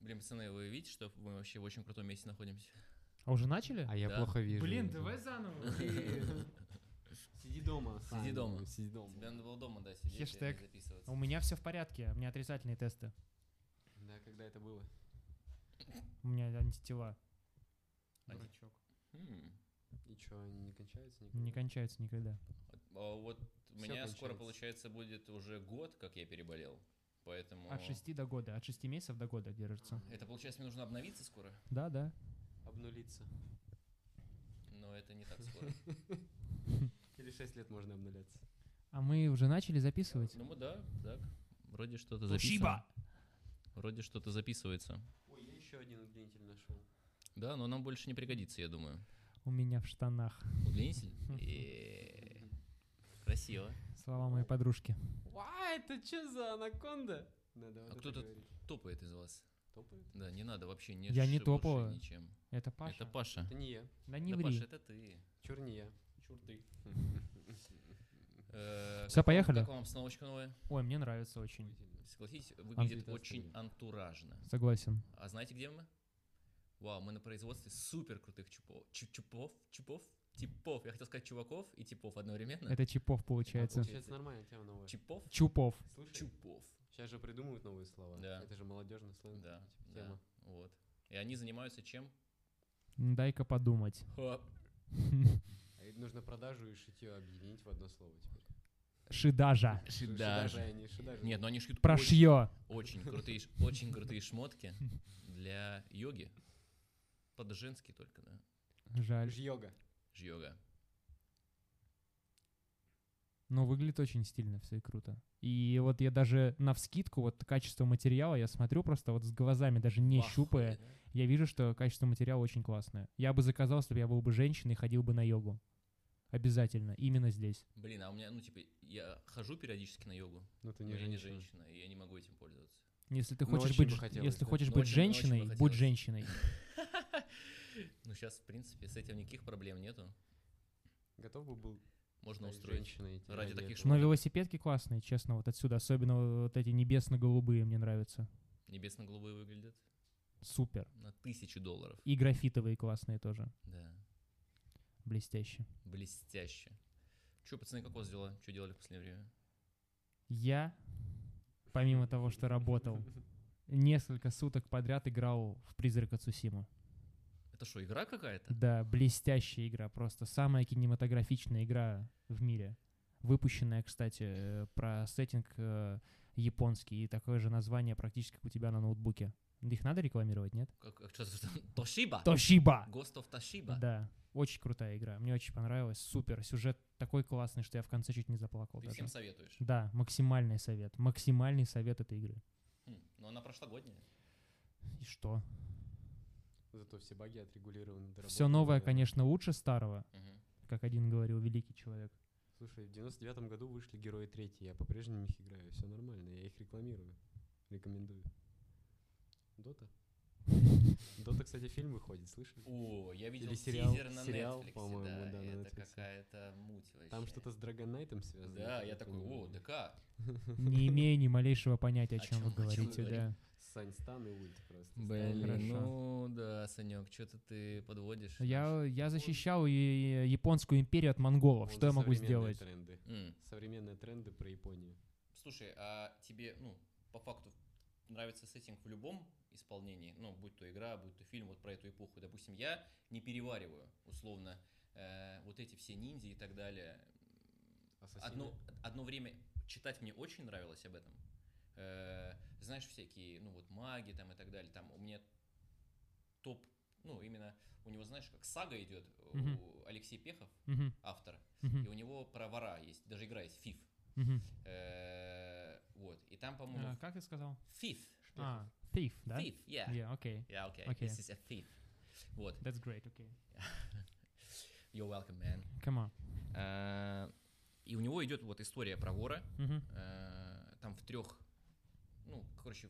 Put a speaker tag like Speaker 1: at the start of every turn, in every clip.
Speaker 1: Блин, пацаны, вы видите, что мы вообще в очень крутом месте находимся?
Speaker 2: А уже начали?
Speaker 3: А я
Speaker 1: Да.
Speaker 3: плохо вижу.
Speaker 2: Блин, давай заново.
Speaker 4: Сиди дома. Сань,
Speaker 1: Сиди дома.
Speaker 4: Сиди дома.
Speaker 1: Тебе надо было дома, да, сидеть и
Speaker 2: Хэштег.
Speaker 1: записываться.
Speaker 2: А У меня все в порядке, у меня отрицательные тесты.
Speaker 4: Да, когда это было?
Speaker 2: У меня антитела.
Speaker 1: Ань-
Speaker 2: Дурачок.
Speaker 1: М.
Speaker 4: И что, они не кончаются никогда?
Speaker 2: Не кончаются никогда.
Speaker 1: А Вот у
Speaker 4: Всё
Speaker 1: меня скоро,
Speaker 4: кончается.
Speaker 1: получается, будет уже год, как я переболел. Поэтому...
Speaker 2: От 6 до года, от 6 месяцев до года держится.
Speaker 1: А, Это, получается, мне нужно обновиться скоро,
Speaker 2: Да, да.
Speaker 4: Обнулиться.
Speaker 1: но это не так скоро.
Speaker 4: Или 6 лет можно обнуляться.
Speaker 2: А мы уже начали записывать?
Speaker 1: Ну, мы да, так. Вроде что-то записано.
Speaker 2: Тушиба!
Speaker 1: Вроде что-то записывается.
Speaker 4: Ой, я еще один удлинитель нашел.
Speaker 1: Да, но нам больше не пригодится, я думаю.
Speaker 2: У меня в штанах.
Speaker 1: Удлинитель? Э, Красиво.
Speaker 2: Слова моей подружки.
Speaker 4: Уа, это что за анаконда? Надо вот
Speaker 1: А
Speaker 4: это
Speaker 1: кто тут
Speaker 4: говорить.
Speaker 1: топает из вас?
Speaker 4: Топает?
Speaker 1: Да, не надо вообще, не
Speaker 2: Я не
Speaker 1: шебурши
Speaker 2: топаю.
Speaker 1: ничем.
Speaker 2: Это Паша.
Speaker 1: Это Паша.
Speaker 4: Это не я.
Speaker 2: Да не
Speaker 1: да,
Speaker 2: ври.
Speaker 1: Паша, это ты.
Speaker 4: Чур не я.
Speaker 1: Чур ты.
Speaker 2: Всё, поехали?
Speaker 1: Э, Как вам обстановочка новая?
Speaker 2: Ой, мне нравится очень.
Speaker 1: Согласитесь, выглядит
Speaker 4: Антитесты
Speaker 1: очень
Speaker 4: нет.
Speaker 1: антуражно.
Speaker 2: Согласен.
Speaker 1: А знаете, где мы? Вау, мы на производстве супер крутых чупов. Чу- Чупов? Чупов? Типов. Я хотел сказать чуваков и типов одновременно.
Speaker 2: Это типа. Чипов получается.
Speaker 1: Получается.
Speaker 4: Сейчас нормальная тема новая.
Speaker 1: Чипов?
Speaker 2: Чупов.
Speaker 4: Слушай,
Speaker 1: Чупов.
Speaker 4: сейчас же придумывают новые слова.
Speaker 1: Да.
Speaker 4: Это же молодежный сленг.
Speaker 1: Да,
Speaker 4: типа,
Speaker 1: да,
Speaker 4: тема.
Speaker 1: вот. И они занимаются чем?
Speaker 2: Дай-ка подумать.
Speaker 1: Ха.
Speaker 4: А и нужно продажу и шитье объединить в одно слово теперь.
Speaker 2: Шидажа.
Speaker 4: Шидажи, а не шидажи.
Speaker 1: Нет, но они шьют очень,
Speaker 2: Прошье.
Speaker 1: очень крутые, ш- очень крутые шмотки для йоги. Под женский только, да?
Speaker 2: Жаль.
Speaker 4: Жьёга.
Speaker 1: Ж йога.
Speaker 2: Но выглядит очень стильно все и круто. И вот я даже на вскидку, вот качество материала, я смотрю просто вот с глазами, даже не
Speaker 1: Пах,
Speaker 2: щупая,
Speaker 1: да?
Speaker 2: я вижу, что качество материала очень классное. Я бы заказал, если бы я был бы женщиной и ходил бы на йогу. Обязательно, именно здесь.
Speaker 1: Блин, а у меня, ну, типа, я хожу периодически на йогу,
Speaker 4: Ну ты
Speaker 1: но
Speaker 4: не
Speaker 1: я не женщина,
Speaker 4: женщина.
Speaker 1: и я не могу этим пользоваться.
Speaker 2: Если ты
Speaker 4: Ну,
Speaker 2: хочешь
Speaker 4: очень
Speaker 2: быть,
Speaker 4: бы
Speaker 2: ж-
Speaker 4: хотелось,
Speaker 2: если
Speaker 4: да.
Speaker 2: хочешь
Speaker 1: Ну,
Speaker 2: быть
Speaker 1: очень бы- очень бы
Speaker 2: женщиной, будь
Speaker 1: хотелось.
Speaker 2: женщиной.
Speaker 1: Ну, сейчас, в принципе, с этим никаких проблем нету.
Speaker 4: Готов бы был
Speaker 1: Можно
Speaker 4: стать
Speaker 1: устроить.
Speaker 4: женщиной идти
Speaker 1: ради
Speaker 4: на
Speaker 1: таких
Speaker 4: диету?
Speaker 2: Но
Speaker 1: Ладно.
Speaker 2: велосипедки классные, честно, вот отсюда. Особенно вот эти небесно-голубые мне нравятся.
Speaker 1: Небесно-голубые выглядят
Speaker 2: Супер.
Speaker 1: на тысячу долларов.
Speaker 2: И графитовые классные тоже.
Speaker 1: Да,
Speaker 2: Блестяще.
Speaker 1: блестяще. Че, пацаны, как у вас дела? Что делали в последнее время?
Speaker 2: Я, помимо того, что работал, несколько суток подряд играл в «Призрака Цусиму».
Speaker 1: Это что, игра какая-то?
Speaker 2: Да, блестящая игра, просто самая кинематографичная игра в мире. Выпущенная, кстати, э, про сеттинг э, японский и такое же название практически как у тебя на ноутбуке. Их надо рекламировать, нет?
Speaker 1: Как, как что Тошиба?
Speaker 2: Тошиба!
Speaker 1: Ghost of Toshiba?
Speaker 2: Да, очень крутая игра, мне очень понравилась, супер, сюжет такой классный, что я в конце чуть не заплакал
Speaker 1: Ты
Speaker 2: даже.
Speaker 1: всем советуешь.
Speaker 2: Да, максимальный совет, максимальный совет этой игры.
Speaker 1: Хм, но она прошлогодняя.
Speaker 2: И что?
Speaker 4: Зато все баги отрегулированы.
Speaker 2: Все
Speaker 4: доработаны,
Speaker 2: новое,
Speaker 4: да.
Speaker 2: конечно, лучше старого,
Speaker 1: Мгм.
Speaker 2: как один говорил великий человек.
Speaker 4: Слушай, в 99-м году вышли Герои третьи, я по-прежнему их играю, все нормально, я их рекламирую, рекомендую. Дота? Дота, кстати, фильм выходит, слышали?
Speaker 1: О, я видел
Speaker 4: Или сериал-
Speaker 1: тизер на
Speaker 4: сериал,
Speaker 1: Netflix,
Speaker 4: по-моему,
Speaker 1: да,
Speaker 4: да, на
Speaker 1: это
Speaker 4: Netflix.
Speaker 1: какая-то муть вообще.
Speaker 4: Там что-то с Драгонайтом связано.
Speaker 1: Да,
Speaker 4: как
Speaker 1: я такой, о,
Speaker 4: понимаю.
Speaker 1: ДК.
Speaker 2: Не имея ни малейшего понятия, о
Speaker 1: О
Speaker 2: чем вы
Speaker 1: чём- о чём
Speaker 2: говорите,
Speaker 1: вы
Speaker 2: да.
Speaker 4: Сань Стан и Ульт просто.
Speaker 2: Блин,
Speaker 4: Стан.
Speaker 2: Хорошо.
Speaker 1: ну да, Санек, что-то ты подводишь.
Speaker 2: Я, я защищал и- и Японскую империю от монголов.
Speaker 4: Он
Speaker 2: что я
Speaker 4: за
Speaker 2: могу
Speaker 4: современные
Speaker 2: сделать?
Speaker 4: тренды.
Speaker 1: М,
Speaker 4: Современные тренды про Японию.
Speaker 1: Слушай, а тебе, ну, по факту нравится сеттинг в любом исполнении, ну, будь то игра, будь то фильм, вот про эту эпоху. Допустим, я не перевариваю, условно, э, вот эти все ниндзя и так далее.
Speaker 4: Ассасины.
Speaker 1: Одно, одно время читать мне очень нравилось об этом. Э, знаешь, всякие, ну, вот маги там и так далее. Там у меня топ, ну, именно у него, знаешь, как сага идет,
Speaker 2: Мгм.
Speaker 1: у Алексей Пехов,
Speaker 2: Мгм,
Speaker 1: автор, и
Speaker 2: мгм,
Speaker 1: у него про вора есть, даже игра есть, фиф.
Speaker 2: мгм.
Speaker 1: Э, Вот, и там,
Speaker 2: А,
Speaker 1: по-моему,
Speaker 2: Как ты сказал?
Speaker 1: Thief.
Speaker 2: А, thief, да?
Speaker 1: Thief, yeah.
Speaker 2: Yeah, okay.
Speaker 1: Yeah, okay.
Speaker 2: Okay.
Speaker 1: This is a thief. Вот.
Speaker 2: That's great, okay.
Speaker 1: You're welcome, man.
Speaker 2: Come on.
Speaker 1: Э, И у него идет вот история про вора.
Speaker 2: Мгм,
Speaker 1: э, Там в трех, ну, короче,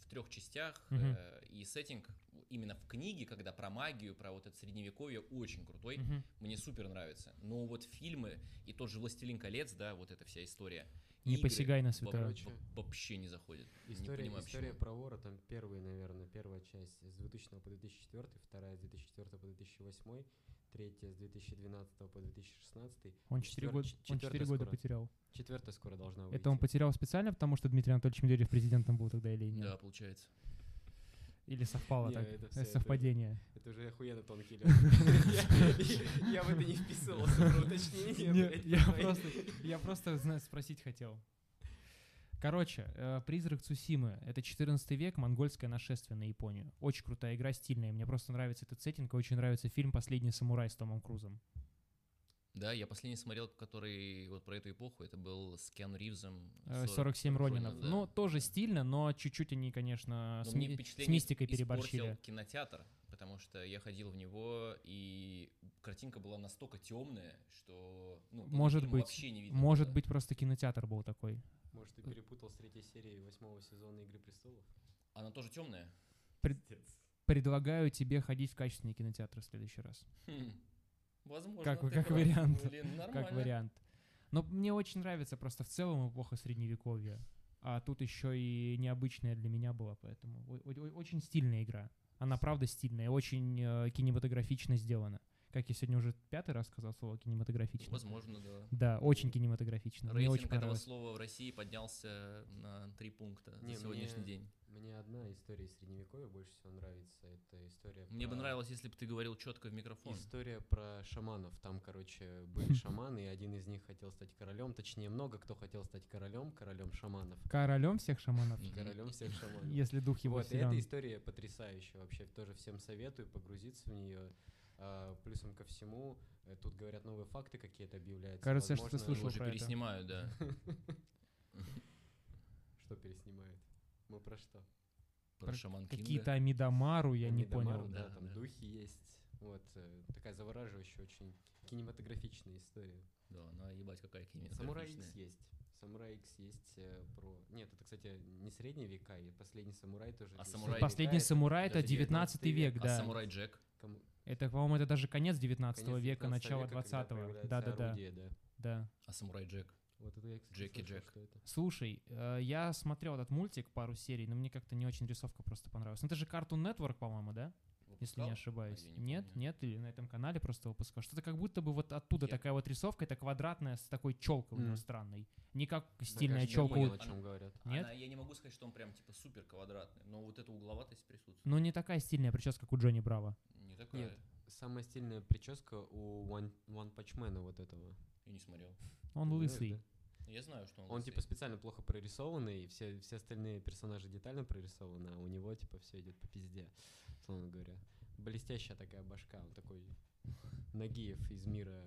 Speaker 1: в трех частях.
Speaker 2: Мгм.
Speaker 1: э, И сеттинг именно в книге, когда про магию, про вот это средневековье, очень крутой.
Speaker 2: мгм.
Speaker 1: Мне супер нравится. Но вот фильмы и тот же «Властелин колец», да, вот эта вся история.
Speaker 2: Не
Speaker 1: игры
Speaker 2: посягай на
Speaker 1: во-
Speaker 2: святое.
Speaker 4: Короче.
Speaker 1: во- Вообще не заходит. не
Speaker 4: История,
Speaker 1: понимаю,
Speaker 4: история
Speaker 1: почему.
Speaker 4: про вора, там первые, наверное, первая часть с 2000 по 2004, вторая с 2004 по 2008, третья с 2012 по 2016,
Speaker 2: Он 4
Speaker 4: четвёр-
Speaker 2: года,
Speaker 4: ч-
Speaker 2: он
Speaker 4: четвёртая
Speaker 2: четыре года
Speaker 4: скоро.
Speaker 2: потерял.
Speaker 4: четвертая скоро должна выйти.
Speaker 2: Это он потерял специально, потому что Дмитрий Анатольевич Медведев президентом был тогда или нет?
Speaker 1: Да, получается.
Speaker 2: Или совпало
Speaker 4: Не,
Speaker 2: так?
Speaker 4: это
Speaker 2: э,
Speaker 4: всё, это-
Speaker 2: совпадение.
Speaker 4: Это уже охуенно тонкий лед. Я- Я в это не вписывался, про уточнение.
Speaker 2: Не,
Speaker 4: блядь,
Speaker 2: я
Speaker 4: давай.
Speaker 2: просто, я просто зна- спросить хотел. Короче, э, «Призрак Цусимы» — это 14 век, монгольское нашествие на Японию. Очень крутая игра, стильная. Мне просто нравится этот сеттинг, и очень нравится фильм «Последний самурай» с Томом Крузом.
Speaker 1: Да, я последний смотрел, который вот про эту эпоху, это был с Киану Ривзом.
Speaker 2: Э,
Speaker 1: 40
Speaker 2: «47 Ронинов».
Speaker 1: да.
Speaker 2: Ну, тоже
Speaker 1: Да.
Speaker 2: стильно, но чуть-чуть они, конечно,
Speaker 1: Но
Speaker 2: с,
Speaker 1: Ну, мне
Speaker 2: ми- с
Speaker 1: впечатление
Speaker 2: мистикой
Speaker 1: испортил
Speaker 2: переборщили.
Speaker 1: кинотеатр, потому что я ходил в него, и картинка была настолько темная, что ну, по
Speaker 2: Может
Speaker 1: фильму
Speaker 2: быть.
Speaker 1: вообще не видно.
Speaker 2: Может
Speaker 1: было.
Speaker 2: быть, просто кинотеатр был такой.
Speaker 4: Может, ты перепутал с третьей серией восьмого сезона «Игры престолов»?
Speaker 1: Она тоже темная.
Speaker 2: Предлагаю тебе ходить в качественный кинотеатр в следующий раз.
Speaker 1: Хм, Возможно.
Speaker 2: Как-
Speaker 1: ты
Speaker 2: как
Speaker 1: прав.
Speaker 2: вариант.
Speaker 1: Блин,
Speaker 2: как
Speaker 1: нормально.
Speaker 2: вариант. Но мне очень нравится просто в целом эпоха средневековья. А тут еще и необычная для меня была, поэтому о- о- о- очень стильная игра. Она правда стильная, очень э, кинематографично сделана. Как я сегодня уже пятый раз сказал слово кинематографично.
Speaker 1: Возможно, да.
Speaker 2: Да, очень кинематографично. Мне очень
Speaker 1: Рейтинг этого
Speaker 2: понравилось.
Speaker 1: слова в России поднялся на три пункта
Speaker 4: Не,
Speaker 1: за сегодняшний
Speaker 4: мне-
Speaker 1: день.
Speaker 4: Мне одна история из Средневековья больше всего нравится. Это история
Speaker 1: Мне бы
Speaker 4: про-
Speaker 1: нравилось, если бы ты говорил четко в микрофон.
Speaker 4: История про шаманов. Там, короче,
Speaker 2: Хм.
Speaker 4: были шаманы, и один из них хотел стать королем. Точнее, много кто хотел стать королем, королем шаманов.
Speaker 2: Королем всех шаманов,
Speaker 1: Мгм.
Speaker 4: Королем всех шаманов.
Speaker 2: если дух его
Speaker 4: Ну, Вот, и
Speaker 2: силен.
Speaker 4: эта история потрясающая вообще. Тоже всем советую погрузиться в нее. А, плюсом ко всему, э, тут говорят новые факты какие-то объявляются.
Speaker 2: Кажется, что ты
Speaker 1: Его
Speaker 4: Возможно,
Speaker 2: слышал
Speaker 1: уже
Speaker 2: про это.
Speaker 1: переснимают, да.
Speaker 4: Что переснимает? Мы про что?
Speaker 1: Про
Speaker 2: Про
Speaker 1: шаман
Speaker 2: Какие-то Амидамару, я не
Speaker 4: Мидамару,
Speaker 2: понял.
Speaker 1: понял.
Speaker 4: Да,
Speaker 1: Да,
Speaker 4: там
Speaker 1: да.
Speaker 4: духи есть. Вот, э, такая завораживающая очень кинематографичная история.
Speaker 1: Да, она ебать какая кинематографичная.
Speaker 4: Самурай Икс есть. Самурай Икс есть э, про... Нет, это, кстати, не средние века, и последний самурай тоже.
Speaker 1: А
Speaker 4: здесь.
Speaker 1: самурай-
Speaker 2: Последний
Speaker 4: века это
Speaker 2: самурай это
Speaker 1: даже
Speaker 2: 19 век,
Speaker 1: А
Speaker 2: да.
Speaker 1: самурай Джек?
Speaker 4: кому-
Speaker 2: Это, по-моему, это даже конец 19
Speaker 4: конец
Speaker 2: века,
Speaker 4: 19
Speaker 2: начало
Speaker 4: века, когда
Speaker 2: 20-го.
Speaker 4: появляется
Speaker 2: Да-да-да.
Speaker 4: орудие, да.
Speaker 2: Да.
Speaker 1: А самурай Джек?
Speaker 4: Вот это я, кстати,
Speaker 1: Джеки
Speaker 4: слышал,
Speaker 1: Джек.
Speaker 4: что это.
Speaker 2: Слушай, э, я смотрел этот мультик пару серий, но мне как-то не очень рисовка просто понравилась. Ну, это же Cartoon Network, по-моему, да? Если не
Speaker 1: Выпускал?
Speaker 2: ошибаюсь.
Speaker 1: А, я не
Speaker 2: нет,
Speaker 1: помню.
Speaker 2: нет, или на этом канале просто выпускал. Что-то как будто бы вот оттуда
Speaker 1: Я-
Speaker 2: такая вот рисовка, это квадратная с такой челкой у него
Speaker 4: Мгм.
Speaker 2: странной. Не как
Speaker 4: Да,
Speaker 2: стильная
Speaker 4: кажется, я
Speaker 2: челка.
Speaker 1: чёлка.
Speaker 4: понял,
Speaker 2: у-
Speaker 4: о чем говорят.
Speaker 2: Нет?
Speaker 1: Она- я не могу сказать, что он прям типа супер квадратный, но вот эта угловатость присутствует.
Speaker 2: Но не такая стильная прическа, как у Джонни Браво.
Speaker 1: Не такая.
Speaker 4: Нет. Самая стильная прическа у One, One Punch Man вот этого.
Speaker 1: Я не смотрел.
Speaker 2: Он
Speaker 4: Ты знаешь,
Speaker 2: лысый.
Speaker 4: да?
Speaker 1: Я знаю, что он.
Speaker 4: Он
Speaker 1: лысый.
Speaker 4: типа специально плохо прорисованный, и все, все остальные персонажи детально прорисованы, а у него типа все идет по пизде, словно говоря. Блестящая такая башка, он такой Нагиев из мира...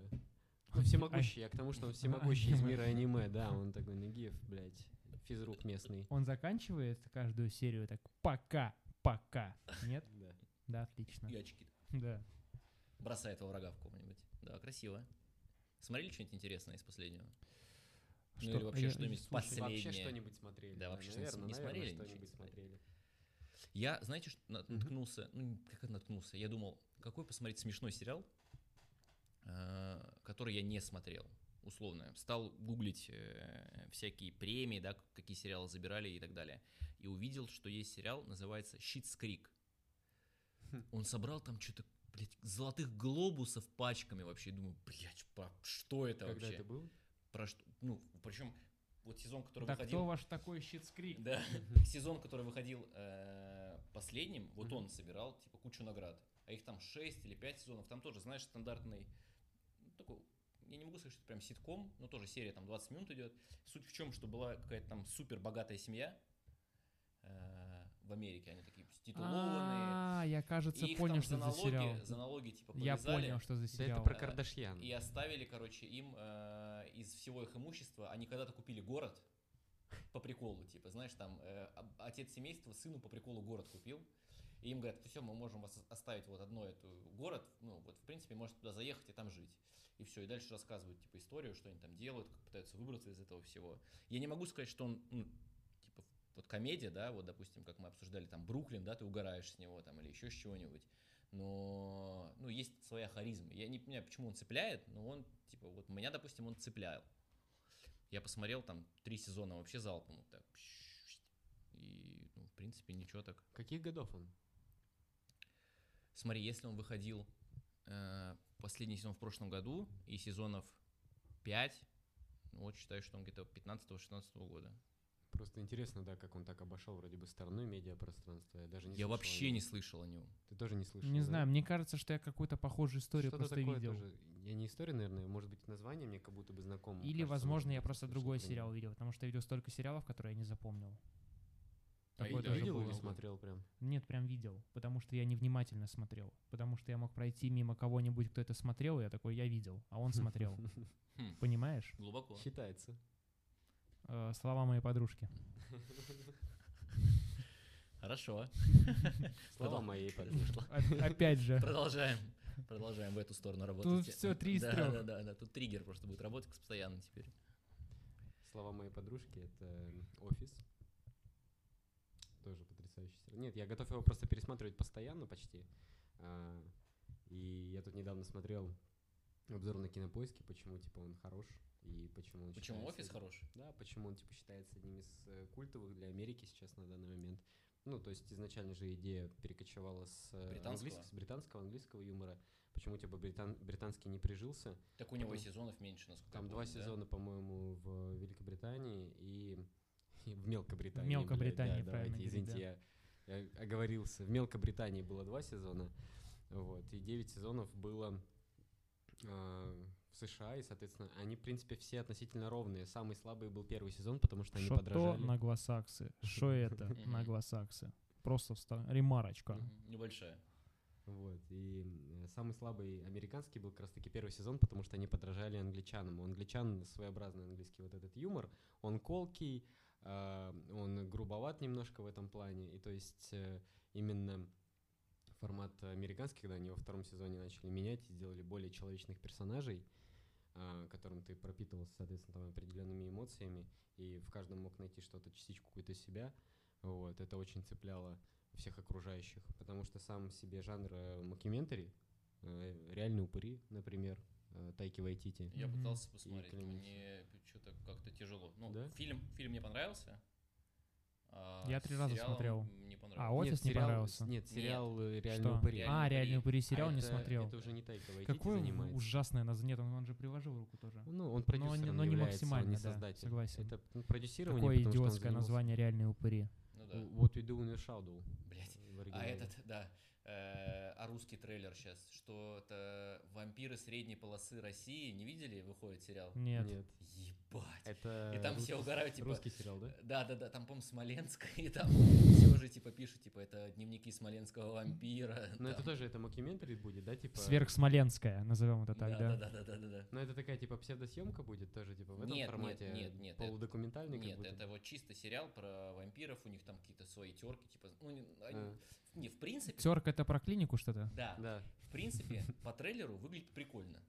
Speaker 4: Ну, всемогущий, я к тому, что он всемогущий из мира аниме, да, он такой Нагиев, блядь, физрук местный.
Speaker 2: Он заканчивает каждую серию так пока, пока. Нет?
Speaker 4: Да.
Speaker 2: Да, отлично.
Speaker 1: И очки.
Speaker 2: Да.
Speaker 1: Бросает во врага в кого-нибудь. Да, красиво. Смотрели что-нибудь интересное из последнего? Ну или вообще
Speaker 2: я-
Speaker 1: что-нибудь
Speaker 2: слушай,
Speaker 1: спас-
Speaker 4: Вообще
Speaker 1: Последнее.
Speaker 4: что-нибудь смотрели.
Speaker 1: Да, вообще
Speaker 4: наверное,
Speaker 1: не
Speaker 4: наверное,
Speaker 1: смотрели, ничего не
Speaker 4: что-нибудь
Speaker 1: смотрели.
Speaker 4: смотрели.
Speaker 1: Я, знаете, что на-
Speaker 4: Мгм.
Speaker 1: наткнулся, ну не- как это наткнулся, я думал, какой посмотреть смешной сериал, э, который я не смотрел, условно. Стал гуглить э, всякие премии, да, к- какие сериалы забирали и так далее. И увидел, что есть сериал, называется «Щитс Крик».
Speaker 4: Хм.
Speaker 1: Он собрал там что-то, блядь, золотых глобусов пачками вообще. И Думаю, блядь, па- что это
Speaker 4: Когда
Speaker 1: вообще?
Speaker 4: это было?
Speaker 1: Про что? Ну, причем вот сезон, который
Speaker 2: Да
Speaker 1: выходил...
Speaker 2: кто ваш такой щит-скрик?
Speaker 1: Да. Сезон, который выходил э, последним, вот
Speaker 4: Мгм.
Speaker 1: он собирал типа кучу наград. А их там 6 или 5 сезонов. Там тоже, знаешь, стандартный, ну, такой, я не могу сказать, что это прям ситком, но тоже серия там 20 минут идет. Суть в чем, что была какая-то там супер богатая семья э, в Америке. Они такие титулованные.
Speaker 2: А, я, кажется,
Speaker 1: И их
Speaker 2: понял,
Speaker 1: там
Speaker 2: что
Speaker 1: за
Speaker 2: это за сериал.
Speaker 1: налоги, за налоги типа
Speaker 2: Я
Speaker 1: повязали.
Speaker 2: понял, что за
Speaker 4: Да это
Speaker 2: сериал.
Speaker 4: про
Speaker 1: А,
Speaker 4: Кардашьян.
Speaker 1: И оставили, короче, им э, из всего их имущества, они когда-то купили город по приколу, типа, знаешь, там э, об- отец семейства сыну по приколу город купил, и им говорят, все, мы можем вас оставить вот одно эту город, ну вот, в принципе, можете туда заехать и там жить. И все, и дальше рассказывают, типа, историю, что они там делают, как пытаются выбраться из этого всего. Я не могу сказать, что он, ну, типа, вот комедия, да, вот, допустим, как мы обсуждали, там, Бруклин, да, ты угораешь с него, там, или еще с чего-нибудь, но, ну, есть своя харизма. Я не понимаю, почему он цепляет, но он, типа, вот меня, допустим, он цеплял. Я посмотрел там три сезона вообще залпом вот так. И, ну, в принципе, ничего так.
Speaker 4: Каких годов он?
Speaker 1: Смотри, если он выходил э, последний сезон в прошлом году и сезонов 5, вот считаю, что он где-то 15-16 года.
Speaker 4: Просто интересно, да, как он так обошел вроде бы стороной медиапространства. Я даже не
Speaker 1: Я
Speaker 4: слышал о
Speaker 1: вообще
Speaker 4: нем.
Speaker 1: не слышал о нем.
Speaker 4: Ты тоже не слышал?
Speaker 2: Не
Speaker 4: да?
Speaker 2: знаю, мне кажется, что я какую-то похожую историю
Speaker 4: Что-то
Speaker 2: просто
Speaker 4: такое
Speaker 2: видел.
Speaker 4: тоже. Я не история, наверное, может быть, название мне как будто бы знакомо.
Speaker 2: Или,
Speaker 4: Кажется,
Speaker 2: возможно,
Speaker 4: может
Speaker 2: я
Speaker 4: быть,
Speaker 2: просто
Speaker 4: слышал
Speaker 2: другой
Speaker 4: про него.
Speaker 2: сериал видел, потому что я видел столько сериалов, которые я не запомнил.
Speaker 1: А
Speaker 4: Ты
Speaker 1: я
Speaker 2: Такое тоже
Speaker 4: видел
Speaker 1: было.
Speaker 4: или смотрел прям?
Speaker 2: Нет, прям видел, потому что я невнимательно смотрел, потому что я мог пройти мимо кого-нибудь, кто это смотрел, и я такой, я видел, а он смотрел.
Speaker 1: Хм,
Speaker 2: Понимаешь?
Speaker 1: глубоко.
Speaker 4: Считается.
Speaker 2: Э, Слова моей подружки.
Speaker 1: Хорошо.
Speaker 4: Слова
Speaker 1: Потом-
Speaker 4: моей подошла.
Speaker 2: Оп- Опять же.
Speaker 1: Продолжаем. Продолжаем в эту сторону работать.
Speaker 2: всё три из
Speaker 1: да,
Speaker 2: трёх.
Speaker 1: Да, да, да. Тут триггер просто будет работать постоянно теперь.
Speaker 4: Слова моей подружки это эм, офис. Тоже потрясающий сериал. Нет, я готов его просто пересматривать постоянно почти. А, И я тут недавно смотрел обзор на кинопоиске, почему типа он хорош и почему он
Speaker 1: Почему
Speaker 4: считается
Speaker 1: офис
Speaker 4: одним-
Speaker 1: хорош?
Speaker 4: Да, почему он типа считается одним из э, культовых для Америки сейчас на данный момент. Ну, то есть изначально же идея перекочевала с э,
Speaker 1: Британского.
Speaker 4: английск- с британского английского юмора. Почему типа британ- британский не прижился?
Speaker 1: Так у него
Speaker 4: Потому-
Speaker 1: сезонов меньше, насколько я
Speaker 4: Там
Speaker 1: помню,
Speaker 4: два
Speaker 1: да?
Speaker 4: сезона, по-моему, в Великобритании и, и в Мелкобритании.
Speaker 2: Мелкобритании,
Speaker 4: блядь, да,
Speaker 2: правильно
Speaker 4: давайте,
Speaker 2: говорить,
Speaker 4: извините, я, я оговорился. В Мелкобритании было два сезона, вот, и девять сезонов было э, в США, и, соответственно, они, в принципе, все относительно ровные. Самый слабый был первый сезон, потому что они
Speaker 2: Что то
Speaker 4: подражали.
Speaker 2: наглосаксы? Что это
Speaker 1: Мгм.
Speaker 2: наглосаксы? Просто вста- ремарочка.
Speaker 1: Мгм, Небольшая.
Speaker 4: Вот, и э, самый слабый американский был как раз-таки первый сезон, потому что они подражали англичанам. У англичан своеобразный английский вот этот юмор, он колкий, а, он грубоват немножко в этом плане, и то есть э, именно формат американский, когда они во втором сезоне начали менять и сделали более человечных персонажей, а, которым ты пропитывался, соответственно, там определенными эмоциями, и в каждом мог найти что-то, частичку какую-то себя, вот, это очень цепляло всех окружающих, потому что сам себе жанр макиментари, реальные упыри, например, э, Тайки Вайтити.
Speaker 1: Я
Speaker 2: Мгм.
Speaker 1: пытался посмотреть,
Speaker 4: Климович.
Speaker 1: мне что-то как-то тяжело. Ну,
Speaker 4: Да?
Speaker 1: фильм, фильм мне понравился. а
Speaker 2: Я три раза
Speaker 1: сериал он
Speaker 2: смотрел.
Speaker 1: Не
Speaker 2: А
Speaker 1: понравился.
Speaker 2: офис не
Speaker 4: сериал-
Speaker 2: понравился.
Speaker 4: Нет,
Speaker 1: Нет.
Speaker 4: сериал э, «Реальные
Speaker 2: Что?
Speaker 4: упыри». А
Speaker 2: А,
Speaker 1: Реальный
Speaker 2: реальный
Speaker 1: упыри.
Speaker 2: упыри сериал не
Speaker 4: это-
Speaker 2: смотрел.
Speaker 4: Это уже не Тайка Вайтити
Speaker 2: Какое в-
Speaker 4: занимается.
Speaker 2: ужасное название. Нет, он, он же приложил руку тоже.
Speaker 4: Ну, он
Speaker 2: не-
Speaker 4: продюсером
Speaker 2: но не
Speaker 4: является,
Speaker 2: максимально,
Speaker 4: он не
Speaker 2: да,
Speaker 4: создатель.
Speaker 2: согласен.
Speaker 4: Это ну, продюсирование,
Speaker 2: Какое
Speaker 4: потому что он
Speaker 2: идиотское
Speaker 4: занимался-
Speaker 2: название «Реальные упыри».
Speaker 1: Ну да,
Speaker 4: Вот We Do in the Shadow.
Speaker 1: блядь.
Speaker 4: в
Speaker 1: А
Speaker 4: оригинале.
Speaker 1: этот, да, э, а русский трейлер сейчас, что-то вампиры средней полосы России, не видели, выходит сериал?
Speaker 2: Нет.
Speaker 4: Нет.
Speaker 1: Ебать.
Speaker 4: Это
Speaker 1: И там все
Speaker 4: русский-
Speaker 1: угорают, типа,
Speaker 4: Русский сериал, да?
Speaker 1: Да, да, да, там, по-моему, Смоленск, и там все уже типа пишут, типа, это дневники смоленского вампира.
Speaker 4: Но Ну, это
Speaker 1: там.
Speaker 4: тоже, это макиментари будет, да, типа?
Speaker 2: Сверхсмоленское, назовем это так, да?
Speaker 1: да, да, да, да, да, да.
Speaker 4: Но это такая, типа, псевдосъемка будет тоже, типа, в этом
Speaker 1: Нет, нет,
Speaker 4: формате?
Speaker 1: нет, нет, это-
Speaker 4: Полудокументальный как
Speaker 1: Нет,
Speaker 4: будто?
Speaker 1: это вот чисто сериал про вампиров, у них там какие-то свои терки, типа, ну, не, они-
Speaker 4: А,
Speaker 1: не, в принципе,
Speaker 2: Терк это про клинику что-то?
Speaker 1: да,
Speaker 4: Да.
Speaker 1: в принципе, по трейлеру выглядит прикольно.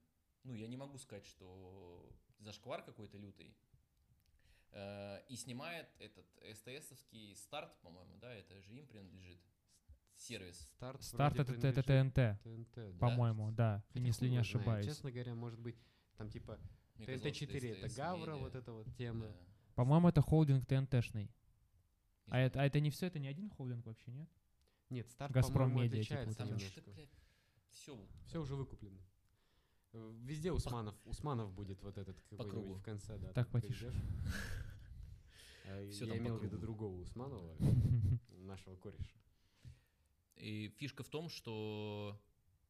Speaker 1: Ну, я не могу сказать, что зашквар какой-то лютый. Э, И снимает этот СТСовский старт, по-моему, да, это же им принадлежит сервис.
Speaker 4: Старт
Speaker 2: Старт
Speaker 4: вроде
Speaker 2: это, это
Speaker 4: принадлежит
Speaker 2: ТНТ,
Speaker 4: ТНТ, да.
Speaker 2: по-моему, да,
Speaker 4: Хотя
Speaker 2: если
Speaker 4: хуй
Speaker 2: не
Speaker 4: его знает,
Speaker 2: ошибаюсь.
Speaker 4: Честно говоря, может быть, там, типа,
Speaker 1: Мне казалось, что
Speaker 4: ТНТ-4 это
Speaker 1: STS
Speaker 4: Гавра,
Speaker 1: медиа.
Speaker 4: вот эта вот тема.
Speaker 1: Да.
Speaker 2: По-моему, это холдинг ТНТшный.
Speaker 1: Не
Speaker 2: А
Speaker 1: знаю.
Speaker 2: это, а это не все, это не один холдинг вообще, нет?
Speaker 4: Нет, старт,
Speaker 2: «Газпром
Speaker 4: по-моему,
Speaker 2: Медиа» типа
Speaker 4: отличается
Speaker 2: вот
Speaker 1: Там
Speaker 2: это.
Speaker 4: немножко.
Speaker 1: что-то, блядь, все.
Speaker 4: Все уже выкуплено. Э, Везде Усманов. Усманов будет вот этот какой-нибудь
Speaker 1: кругу.
Speaker 4: в конце, да.
Speaker 2: Так,
Speaker 4: там
Speaker 2: потише.
Speaker 4: придешь. А, и
Speaker 1: Всё
Speaker 4: Я
Speaker 1: там по
Speaker 4: имел в виду
Speaker 1: кругу.
Speaker 4: другого Усманова, нашего кореша.
Speaker 1: И фишка в том, что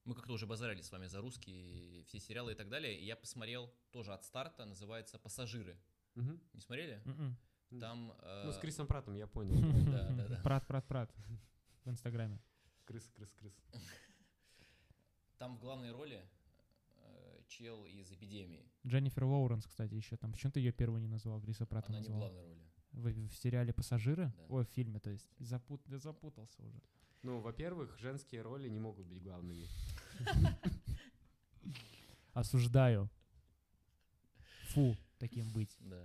Speaker 1: мы как-то уже базарили с вами за русские все сериалы и так далее. И я посмотрел тоже от старта, называется «Пассажиры».
Speaker 4: Мгм.
Speaker 1: Не смотрели?
Speaker 2: Мгм.
Speaker 4: М.
Speaker 1: Там...
Speaker 4: Ну, с
Speaker 1: э,
Speaker 4: Крисом Пратом, я понял.
Speaker 1: да, да, да.
Speaker 2: Прат, прат, прат. В Инстаграме.
Speaker 4: Крыс, крыс, крыс.
Speaker 1: Там в главной роли э, чел из «Эпидемии».
Speaker 2: Дженнифер Лоуренс, кстати, еще там. Почему ты ее первую не назвал, Гриса Прата
Speaker 1: Она не в
Speaker 2: назвал?
Speaker 1: главной роли.
Speaker 2: В, в сериале «Пассажиры»?
Speaker 1: Да.
Speaker 2: Ой, в фильме, то есть. Запут... да запутался уже.
Speaker 4: Ну, во-первых, женские роли не могут быть главными.
Speaker 2: Осуждаю. Фу, таким быть.
Speaker 1: Да.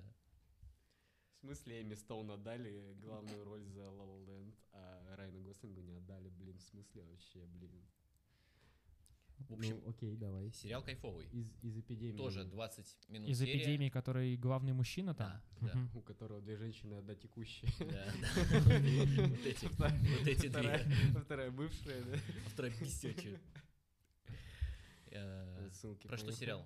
Speaker 4: В смысле, Эми Стоун отдали главную роль за La La Land, а Райану Гослингу не отдали, блин, в смысле вообще, блин.
Speaker 1: В общем,
Speaker 4: Ну, окей, давай.
Speaker 1: сериал кайфовый.
Speaker 4: Из, из эпидемии.
Speaker 1: Тоже 20 минут
Speaker 2: Из
Speaker 1: Ну, серия.
Speaker 2: эпидемии, который главный мужчина там?
Speaker 1: Да, да,
Speaker 2: Мгм.
Speaker 4: У которого две женщины, одна текущая.
Speaker 1: да. Вот эти, вот эти
Speaker 4: Вторая,
Speaker 1: две.
Speaker 4: вторая бывшая, да?
Speaker 1: А Вторая пиздячая. Э,
Speaker 4: Ссылки
Speaker 1: Про что
Speaker 4: понюхай.
Speaker 1: сериал?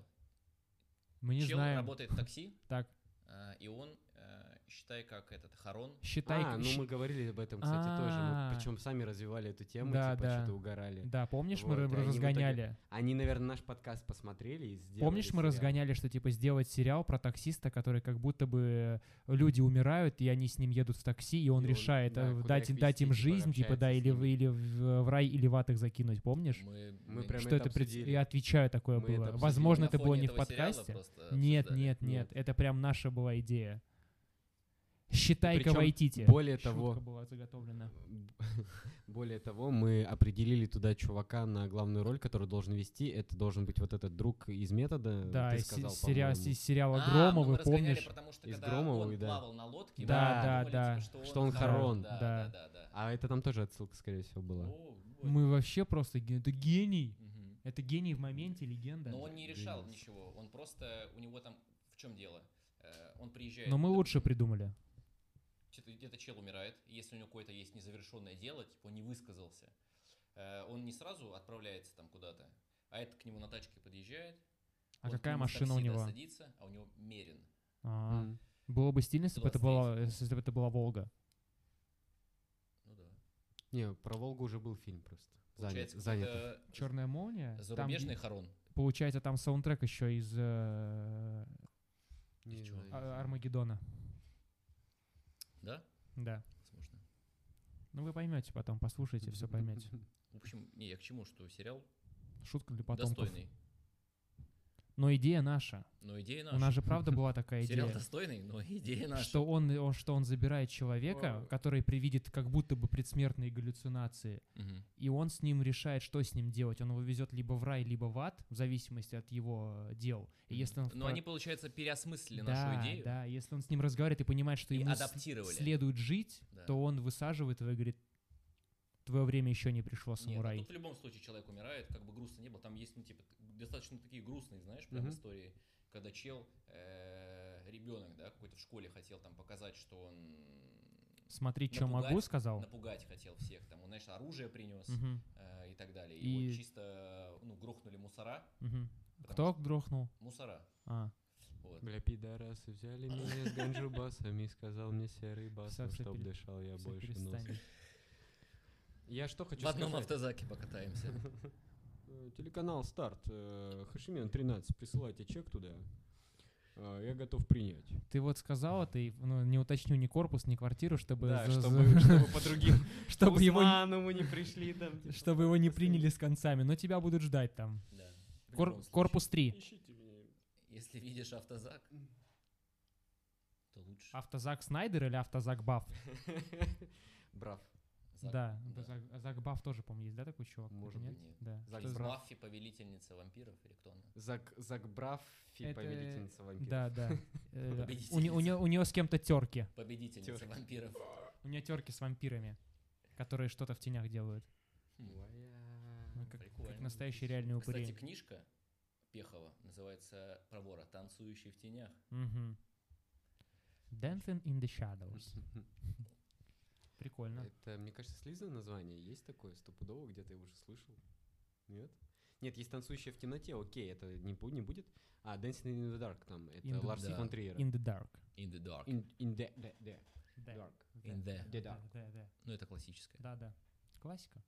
Speaker 2: Мы не
Speaker 1: Чел
Speaker 2: знаем.
Speaker 1: работает в такси,
Speaker 2: Так,
Speaker 1: э, и он, э, считай, как этот Харон,
Speaker 2: считай...
Speaker 4: А, ну
Speaker 2: щ-
Speaker 4: мы говорили об этом, кстати, тоже.
Speaker 2: А.
Speaker 4: Мы причем сами развивали эту тему,
Speaker 2: Да,
Speaker 4: типа
Speaker 2: да.
Speaker 4: что-то угорали.
Speaker 2: Да, помнишь, мы
Speaker 4: Вот, и они в итоге
Speaker 2: разгоняли.
Speaker 4: Они, наверное, наш подкаст посмотрели и сделали.
Speaker 2: Помнишь, мы
Speaker 4: сериал.
Speaker 2: разгоняли, что типа сделать сериал про таксиста, который как будто бы э, люди умирают, и они с ним едут в такси, и он
Speaker 4: И он,
Speaker 2: решает
Speaker 4: да,
Speaker 2: э,
Speaker 4: куда
Speaker 2: дать,
Speaker 4: их
Speaker 2: дать им
Speaker 4: везти, типа,
Speaker 2: жизнь, типа, да,
Speaker 4: общается с
Speaker 2: или, в-
Speaker 4: ними.
Speaker 2: или в в рай, или в ад их закинуть, помнишь?
Speaker 1: мы...
Speaker 4: Мы
Speaker 1: мы
Speaker 4: прям
Speaker 2: что
Speaker 4: это
Speaker 2: это пред-
Speaker 4: обсудили.
Speaker 2: Я отвечаю, такое
Speaker 4: Мы это
Speaker 2: было.
Speaker 4: обсудили.
Speaker 2: Возможно,
Speaker 1: на
Speaker 2: это
Speaker 1: фоне
Speaker 2: было не в
Speaker 1: этого сериала
Speaker 2: подкасте.
Speaker 1: просто
Speaker 2: Нет,
Speaker 1: э, обсуждали.
Speaker 2: нет, нет,
Speaker 4: Нет.
Speaker 2: это прям наша была идея. Считай-ка
Speaker 4: Причём,
Speaker 2: войдите.
Speaker 4: Более того,
Speaker 2: Шутка была заготовлена.
Speaker 4: Более того, мы определили туда чувака на главную роль, который должен вести. Это должен быть вот этот друг из
Speaker 1: э,
Speaker 4: метода.
Speaker 2: Да,
Speaker 4: ты
Speaker 2: из
Speaker 4: сказал,
Speaker 2: из сериала,
Speaker 4: по-моему.
Speaker 2: из сериала
Speaker 1: А, ну, мы
Speaker 2: Громовы,
Speaker 1: разгоняли,
Speaker 2: помнишь?
Speaker 1: потому что
Speaker 4: Из
Speaker 1: когда
Speaker 4: Громовой,
Speaker 1: он
Speaker 4: да.
Speaker 1: плавал на лодке, мы
Speaker 4: Да,
Speaker 1: подумали,
Speaker 2: да,
Speaker 1: типа,
Speaker 4: что он Харон,
Speaker 1: Да,
Speaker 2: да.
Speaker 1: да, да, да.
Speaker 4: А это там тоже отсылка, скорее всего, была.
Speaker 1: О, вот.
Speaker 2: Мы вообще просто... ге- Это гений.
Speaker 1: Мгм.
Speaker 2: Это гений в моменте, легенда.
Speaker 1: Но он не решал
Speaker 4: Гениус.
Speaker 1: ничего, он просто, у него там, в чем дело? Э, Он приезжает...
Speaker 2: Но мы
Speaker 1: допустим,
Speaker 2: лучше придумали.
Speaker 1: Чё-то где-то чел умирает, и если у него какое-то есть незавершенное дело, типа он не высказался, э, он не сразу отправляется там куда-то, а это к нему на тачке подъезжает.
Speaker 2: А
Speaker 1: он к
Speaker 2: какая
Speaker 1: нему с
Speaker 2: машина у
Speaker 1: такси, да,
Speaker 2: него?
Speaker 1: Садится, а у него Мерин.
Speaker 2: А,
Speaker 4: М.
Speaker 2: Было бы стильно, если бы это
Speaker 1: 23-й.
Speaker 2: была, если бы это была Волга.
Speaker 1: Ну да.
Speaker 4: Не, про Волгу уже был фильм просто. Занят.
Speaker 1: Получается,
Speaker 4: занят.
Speaker 1: какой-то
Speaker 2: Черная молния. там
Speaker 1: зарубежный
Speaker 2: и-
Speaker 1: Харон.
Speaker 2: получается, там саундтрек еще из э,
Speaker 4: Не
Speaker 1: из чего?
Speaker 4: знаю.
Speaker 2: А- Армагеддона.
Speaker 1: Да?
Speaker 2: Да.
Speaker 1: Возможно.
Speaker 2: Ну вы поймете потом, послушайте, все поймете.
Speaker 1: В общем, не, я к чему, что сериал
Speaker 2: Шутка для потомков.
Speaker 1: достойный.
Speaker 2: Но идея наша.
Speaker 1: Но идея
Speaker 2: У
Speaker 1: наша.
Speaker 2: нас же правда была такая
Speaker 1: сериал
Speaker 2: идея.
Speaker 1: достойный, но идея наша.
Speaker 2: Что он, он- что он забирает человека,
Speaker 4: О.
Speaker 2: который привидит как будто бы предсмертные галлюцинации,
Speaker 1: Мгм.
Speaker 2: и он с ним решает, что с ним делать. Он его везет либо в рай, либо в ад, в зависимости от его э, дел. И если он в
Speaker 1: Но
Speaker 2: про-
Speaker 1: они, получается, переосмыслили
Speaker 2: да,
Speaker 1: нашу идею.
Speaker 2: да, если он с ним разговаривает и понимает, что
Speaker 1: И
Speaker 2: ему с-
Speaker 1: адаптировали.
Speaker 2: следует жить,
Speaker 1: Да.
Speaker 2: то он высаживает его и говорит, твое время еще не пришло,
Speaker 1: Нет, ну
Speaker 2: самурай.
Speaker 1: тут в любом случае человек умирает, как бы грустно не было. Там есть, ну, типа, т- достаточно такие грустные, знаешь, прям
Speaker 4: Мгм.
Speaker 1: истории, когда чел, э, ребенок, да, какой-то в школе хотел там показать, что он
Speaker 2: Смотри, что
Speaker 1: напугать-
Speaker 2: могу, сказал.
Speaker 1: напугать хотел всех, там, он, знаешь, оружие принес
Speaker 2: Мгм,
Speaker 1: э, и так далее.
Speaker 2: И-
Speaker 1: И... Его чисто, ну, грохнули мусора.
Speaker 2: мгм.
Speaker 1: потому
Speaker 2: Кто
Speaker 1: что-
Speaker 2: грохнул?
Speaker 1: Мусора.
Speaker 2: А,
Speaker 1: Вот.
Speaker 4: Бля, пидорасы взяли меня с ганджубасами, сказал мне серый бас, ну,
Speaker 2: Всё, всё
Speaker 4: чтоб
Speaker 2: пере-
Speaker 4: дышал я
Speaker 2: всё,
Speaker 4: больше
Speaker 2: перестань.
Speaker 4: носом. Я что хочу
Speaker 1: В одном
Speaker 4: сказать.
Speaker 1: автозаке покатаемся.
Speaker 4: Э, Телеканал Старт, э, Хашимян 13, присылайте чек туда. Э, Я готов принять.
Speaker 2: Ты вот сказала, ты ну, не уточню ни корпус, ни квартиру, чтобы,
Speaker 4: Да,
Speaker 2: за-
Speaker 4: чтобы,
Speaker 2: за-
Speaker 4: чтобы по другим
Speaker 2: чтобы его, не-
Speaker 4: Усманову не пришли там. типа,
Speaker 2: чтобы его не
Speaker 4: посмотри.
Speaker 2: приняли с концами, но тебя будут ждать там.
Speaker 1: Да. В
Speaker 2: Кор-
Speaker 1: любом случае.
Speaker 2: корпус 3.
Speaker 4: Ищите меня.
Speaker 1: Если видишь автозак, то лучше.
Speaker 2: Автозак Снайдер или автозак Баф?
Speaker 4: Брав.
Speaker 1: Зак,
Speaker 2: Да, автозак- Зак Баф тоже, по-моему, есть, да, такой чувак?
Speaker 4: Может
Speaker 2: Или
Speaker 1: быть, нет.
Speaker 2: Да.
Speaker 4: Зак
Speaker 1: Из
Speaker 2: Что-
Speaker 4: Браф.
Speaker 1: Баффи повелительница вампиров или кто она?
Speaker 4: Зак, Зак Брав, фи-
Speaker 2: Это-
Speaker 4: повелительница вампиров.
Speaker 2: Да, да. Э, У не- у
Speaker 1: Победительница.
Speaker 2: не- у нее с кем-то терки.
Speaker 1: Победительница
Speaker 4: Тёрки.
Speaker 1: вампиров.
Speaker 2: У нее терки с вампирами, которые что-то в тенях делают. Ну, как,
Speaker 1: Прикольно.
Speaker 2: как настоящие реальные упыри.
Speaker 1: Кстати, книжка Пехова называется про вора «Танцующий в тенях».
Speaker 2: Мгм. Dancing in the Shadows. Прикольно.
Speaker 4: Это, мне кажется, слизное название. Есть такое стопудово, где-то я уже слышал? Нет? Нет, есть «Танцующая в темноте», окей, это не, бу- не будет. А «Dancing in the Dark» там,
Speaker 2: In
Speaker 4: это
Speaker 2: the-
Speaker 4: Ларси
Speaker 1: Да.
Speaker 4: фон Триера.
Speaker 2: In the dark.
Speaker 1: In the dark.
Speaker 4: In, in the, the- the
Speaker 2: Да.
Speaker 4: dark.
Speaker 1: In the.
Speaker 4: The
Speaker 2: Да,
Speaker 4: dark.
Speaker 2: да, да.
Speaker 1: Ну, это классическое.
Speaker 2: Да, да. Классика.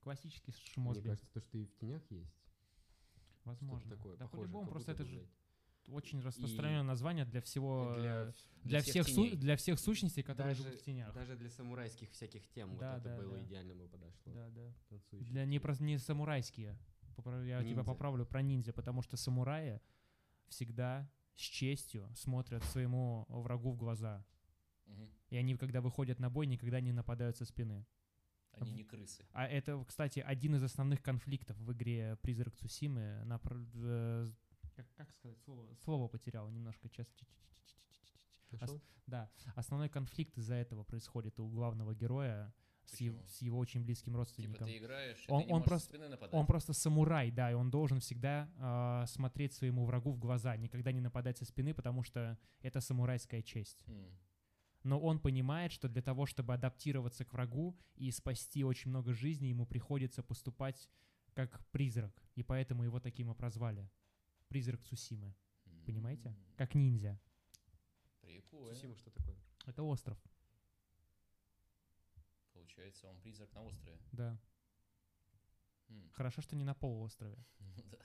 Speaker 2: Классический
Speaker 4: Мне
Speaker 2: шмозби.
Speaker 4: кажется, то, что и в тенях есть. Что-то
Speaker 2: Возможно.
Speaker 4: такое
Speaker 2: да,
Speaker 4: похожее,
Speaker 2: по-любому,
Speaker 4: как
Speaker 2: просто
Speaker 4: будто
Speaker 2: это
Speaker 4: бы,
Speaker 2: же
Speaker 4: блядь.
Speaker 2: очень распространенное название для всего... э,
Speaker 4: Для
Speaker 2: Для,
Speaker 1: Для
Speaker 2: всех,
Speaker 1: всех
Speaker 2: су-
Speaker 1: теней.
Speaker 2: для всех сущностей, которые
Speaker 4: Даже-
Speaker 2: живут в тенях.
Speaker 4: Даже для самурайских всяких тем
Speaker 2: Да,
Speaker 4: вот это
Speaker 2: да,
Speaker 4: было
Speaker 2: да.
Speaker 4: идеально бы подошло.
Speaker 2: Да, да.
Speaker 4: Танцующий
Speaker 2: Для
Speaker 4: в
Speaker 2: не,
Speaker 4: тенях.
Speaker 2: про- не самурайские. Поправ- Я тебя
Speaker 4: Ниндзя.
Speaker 2: поправлю про ниндзя, потому что самураи всегда с честью смотрят своему врагу в глаза.
Speaker 1: Мгм.
Speaker 2: И они, когда выходят на бой, никогда не нападают со спины.
Speaker 1: Они
Speaker 2: В-
Speaker 1: не крысы.
Speaker 2: А это, кстати, один из основных конфликтов в игре «Призрак Цусимы». Напр- э, Как, как сказать слово? Слово потерял немножко. Сейчас.
Speaker 4: Нашёл?
Speaker 2: Да, основной конфликт из-за этого происходит у главного героя с, ев-
Speaker 1: Почему?
Speaker 2: с его очень близким
Speaker 1: Типа
Speaker 2: родственником.
Speaker 1: ты играешь,
Speaker 2: Он-
Speaker 1: и ты не
Speaker 2: он
Speaker 1: можешь
Speaker 2: просто-
Speaker 1: со спины нападать.
Speaker 2: Он просто самурай, да, и он должен всегда а, смотреть своему врагу в глаза, никогда не нападать со спины, потому что это самурайская честь.
Speaker 1: М.
Speaker 2: Но он понимает, что для того, чтобы адаптироваться к врагу и спасти очень много жизней, ему приходится поступать как призрак. И поэтому его таким и прозвали. Призрак Цусимы. Понимаете?
Speaker 1: М.
Speaker 2: Как ниндзя.
Speaker 1: Прикольно.
Speaker 4: Сусима что такое?
Speaker 2: Это остров,
Speaker 1: Получается, он призрак на острове.
Speaker 2: да.
Speaker 1: М.
Speaker 2: Хорошо, что не на полуострове.
Speaker 1: Ну да.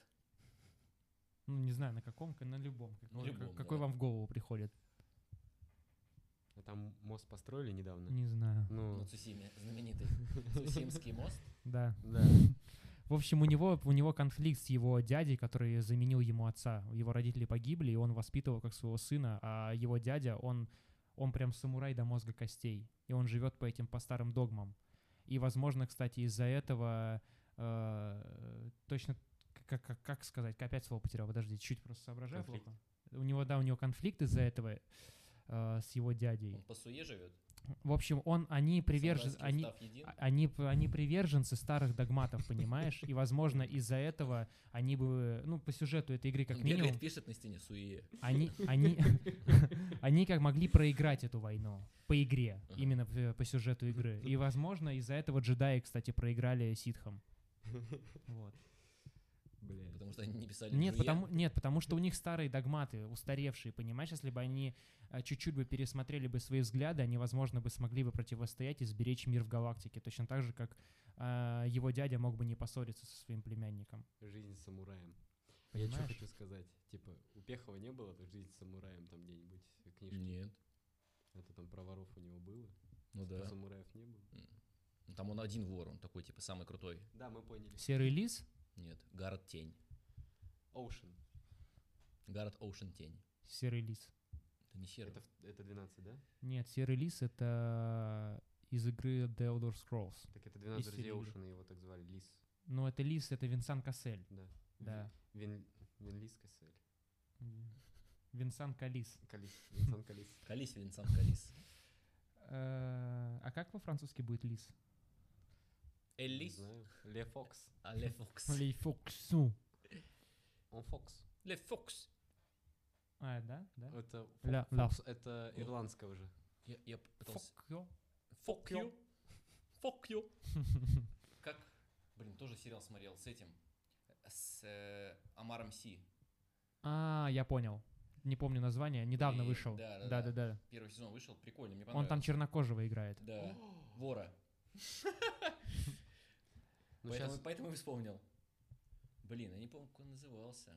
Speaker 2: Ну, не знаю, на каком, на любом. Какой,
Speaker 1: любом,
Speaker 2: какой
Speaker 1: да.
Speaker 2: вам в голову приходит?
Speaker 4: А там мост построили недавно?
Speaker 2: Не знаю.
Speaker 1: На
Speaker 4: Ну,
Speaker 1: Цусиме, знаменитый Цусимский мост.
Speaker 2: Да.
Speaker 4: да.
Speaker 2: В общем, у него, у него конфликт с его дядей, который заменил ему отца. Его родители погибли, и он воспитывал как своего сына, а его дядя, он, он прям самурай до мозга костей, и он живет по этим, по старым догмам. И, возможно, кстати, из-за этого э, точно, как, как, как сказать, опять слово потерял, подожди, чуть просто соображаю
Speaker 4: Конфликт.
Speaker 2: плохо. У него, да, у него конфликт из-за этого э, с его
Speaker 1: Он
Speaker 2: дядей.
Speaker 1: по Суе живет.
Speaker 2: В общем, он, они привержены,
Speaker 1: Самурайский
Speaker 2: они,
Speaker 1: устав един.
Speaker 2: а- Они, п- они приверженцы старых догматов, понимаешь? И, возможно, из-за этого они бы, ну, по сюжету этой игры, как
Speaker 1: Он бегает,
Speaker 2: минимум,
Speaker 1: пишет на стене Суе.
Speaker 2: они, они, они как могли проиграть эту войну по игре,
Speaker 1: Ага.
Speaker 2: именно в- по сюжету игры. И, возможно, из-за этого джедаи, кстати, проиграли ситхам. Вот.
Speaker 4: Блядь.
Speaker 1: Потому что они не писали
Speaker 2: Нет,
Speaker 1: «Зуе».
Speaker 2: потому, нет, потому что у них старые догматы, устаревшие, понимаешь? Если бы они э, чуть-чуть бы пересмотрели бы свои взгляды, они, возможно, бы смогли бы противостоять и сберечь мир в галактике. Точно так же, как э, его дядя мог бы не поссориться со своим племянником.
Speaker 4: Жизнь с самураем. Я что
Speaker 2: Понимаешь?
Speaker 4: хочу сказать? Типа, у Пехова не было так жизнь с самураем там где-нибудь э, книжки.
Speaker 1: Нет.
Speaker 4: Это там про воров у него было.
Speaker 1: Ну
Speaker 4: Про
Speaker 1: да.
Speaker 4: самураев не было.
Speaker 1: Ну, Там он один вор, он такой, типа, самый крутой.
Speaker 4: Да, мы поняли.
Speaker 2: Серый лис?
Speaker 1: Нет, Гард Тень.
Speaker 4: Оушен.
Speaker 1: Гард Оушен Тень.
Speaker 2: Серый лис.
Speaker 1: Это не серый.
Speaker 4: Это, в- это 12, да?
Speaker 2: Нет, серый лис это из игры The Elder Scrolls.
Speaker 4: Так это 12 друзей
Speaker 2: серии.
Speaker 4: Оушена, его так звали. Лис.
Speaker 2: Но это лис, это Винсан Кассель.
Speaker 4: Да.
Speaker 2: Да.
Speaker 4: Вин, Винлис Кассель.
Speaker 2: М. Винсан Калис.
Speaker 4: Калис. Винсан Калис.
Speaker 1: Калис Винсан Калис.
Speaker 2: Э, А как по-французски будет лис?
Speaker 4: Не
Speaker 1: Эллис.
Speaker 4: знаю. Ле Фокс.
Speaker 1: А Ле Фокс.
Speaker 2: Лейфоксу.
Speaker 4: Он Фокс.
Speaker 1: Ле Фокс.
Speaker 2: А, да? Да?
Speaker 4: Это, Фо-
Speaker 2: Ля-
Speaker 4: Фокс, это
Speaker 1: О.
Speaker 4: ирландского же.
Speaker 1: Я, я пытался...
Speaker 2: Фокё.
Speaker 1: Fuck you. Fuck you. Как, блин, тоже сериал смотрел с этим, с э, Амаром Си.
Speaker 2: А, я понял. Не помню название. Недавно
Speaker 1: Блин,
Speaker 2: вышел.
Speaker 1: да, да,
Speaker 2: Да, да, да.
Speaker 1: Первый сезон вышел, прикольно, мне
Speaker 2: Он
Speaker 1: понравилось.
Speaker 2: там чернокожего играет.
Speaker 1: Да, вора.
Speaker 4: Ну,
Speaker 1: поэтому,
Speaker 4: сейчас
Speaker 1: поэтому и вспомнил. Блин, я не помню, как он назывался.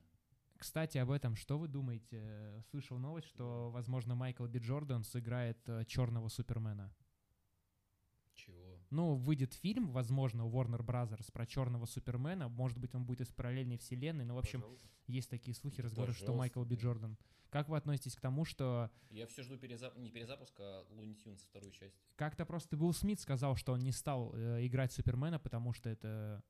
Speaker 2: Кстати, об этом что вы думаете? Э, Слышал новость, что, возможно, Майкл Би Джордан сыграет черного Супермена.
Speaker 1: Чего?
Speaker 2: Ну, выйдет фильм, возможно, у Warner Brothers про черного Супермена. Может быть, он будет из параллельной вселенной. Но, в общем, есть такие слухи,
Speaker 1: Да,
Speaker 2: разговоры, что
Speaker 1: пожалуйста.
Speaker 2: Майкл Би Джордан. Как вы относитесь к тому, что
Speaker 1: Я все жду перезап... не перезапуск, а Луни Тюнс вторую часть.
Speaker 2: как-то просто Уилл Смит сказал, что он не стал э, играть Супермена, потому что это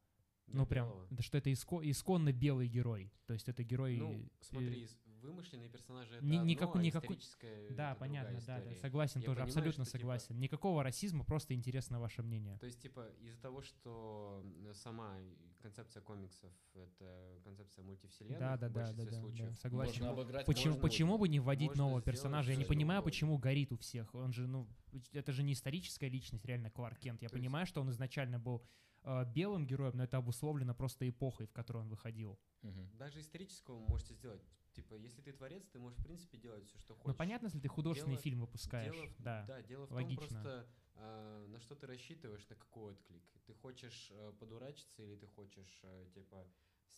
Speaker 2: Ну, прям, да, что это иско- исконно белый герой. То есть это герой... э,
Speaker 4: Ну, смотри, с- вымышленные персонажи это
Speaker 2: ни-
Speaker 4: одно,
Speaker 2: никак-
Speaker 4: а
Speaker 2: никакой-
Speaker 4: историческая
Speaker 2: да,
Speaker 4: это другая
Speaker 2: понятно, да, да,
Speaker 4: история.
Speaker 2: согласен
Speaker 4: Я
Speaker 2: тоже,
Speaker 4: понимаю,
Speaker 2: абсолютно
Speaker 4: что, типа,
Speaker 2: согласен. Никакого расизма, просто интересно ваше мнение.
Speaker 4: То есть, типа, из-за того, что м, сама и концепция комиксов — это концепция мультивселенной
Speaker 2: Да, да,
Speaker 4: в
Speaker 2: да, да,
Speaker 4: большинстве
Speaker 2: да, да,
Speaker 4: случаев,
Speaker 2: согласен.
Speaker 1: Можно обыграть.
Speaker 2: Почему,
Speaker 1: можно
Speaker 2: почему бы
Speaker 1: будет.
Speaker 2: не вводить
Speaker 4: можно
Speaker 2: нового
Speaker 4: сделать
Speaker 2: персонажа? Я не
Speaker 4: всё,
Speaker 2: понимаю,
Speaker 4: что угодно.
Speaker 2: почему горит у всех. Он же, ну, это же не историческая личность, реально Кларк Кент. Я
Speaker 4: То есть-
Speaker 2: понимаю, что он изначально был э, белым героем, но это обусловлено просто эпохой, в которой он выходил.
Speaker 1: Мгм.
Speaker 4: даже исторического вы можете сделать. Типа, если ты творец, ты можешь, в принципе, делать все, что хочешь.
Speaker 2: Ну, понятно, если ты художественный
Speaker 4: Дело-
Speaker 2: фильм выпускаешь.
Speaker 4: Дело в-
Speaker 2: да.
Speaker 4: дело в
Speaker 2: логично.
Speaker 4: том просто, э, на что ты рассчитываешь, на какой отклик. Ты хочешь э, подурачиться или ты хочешь, э, типа,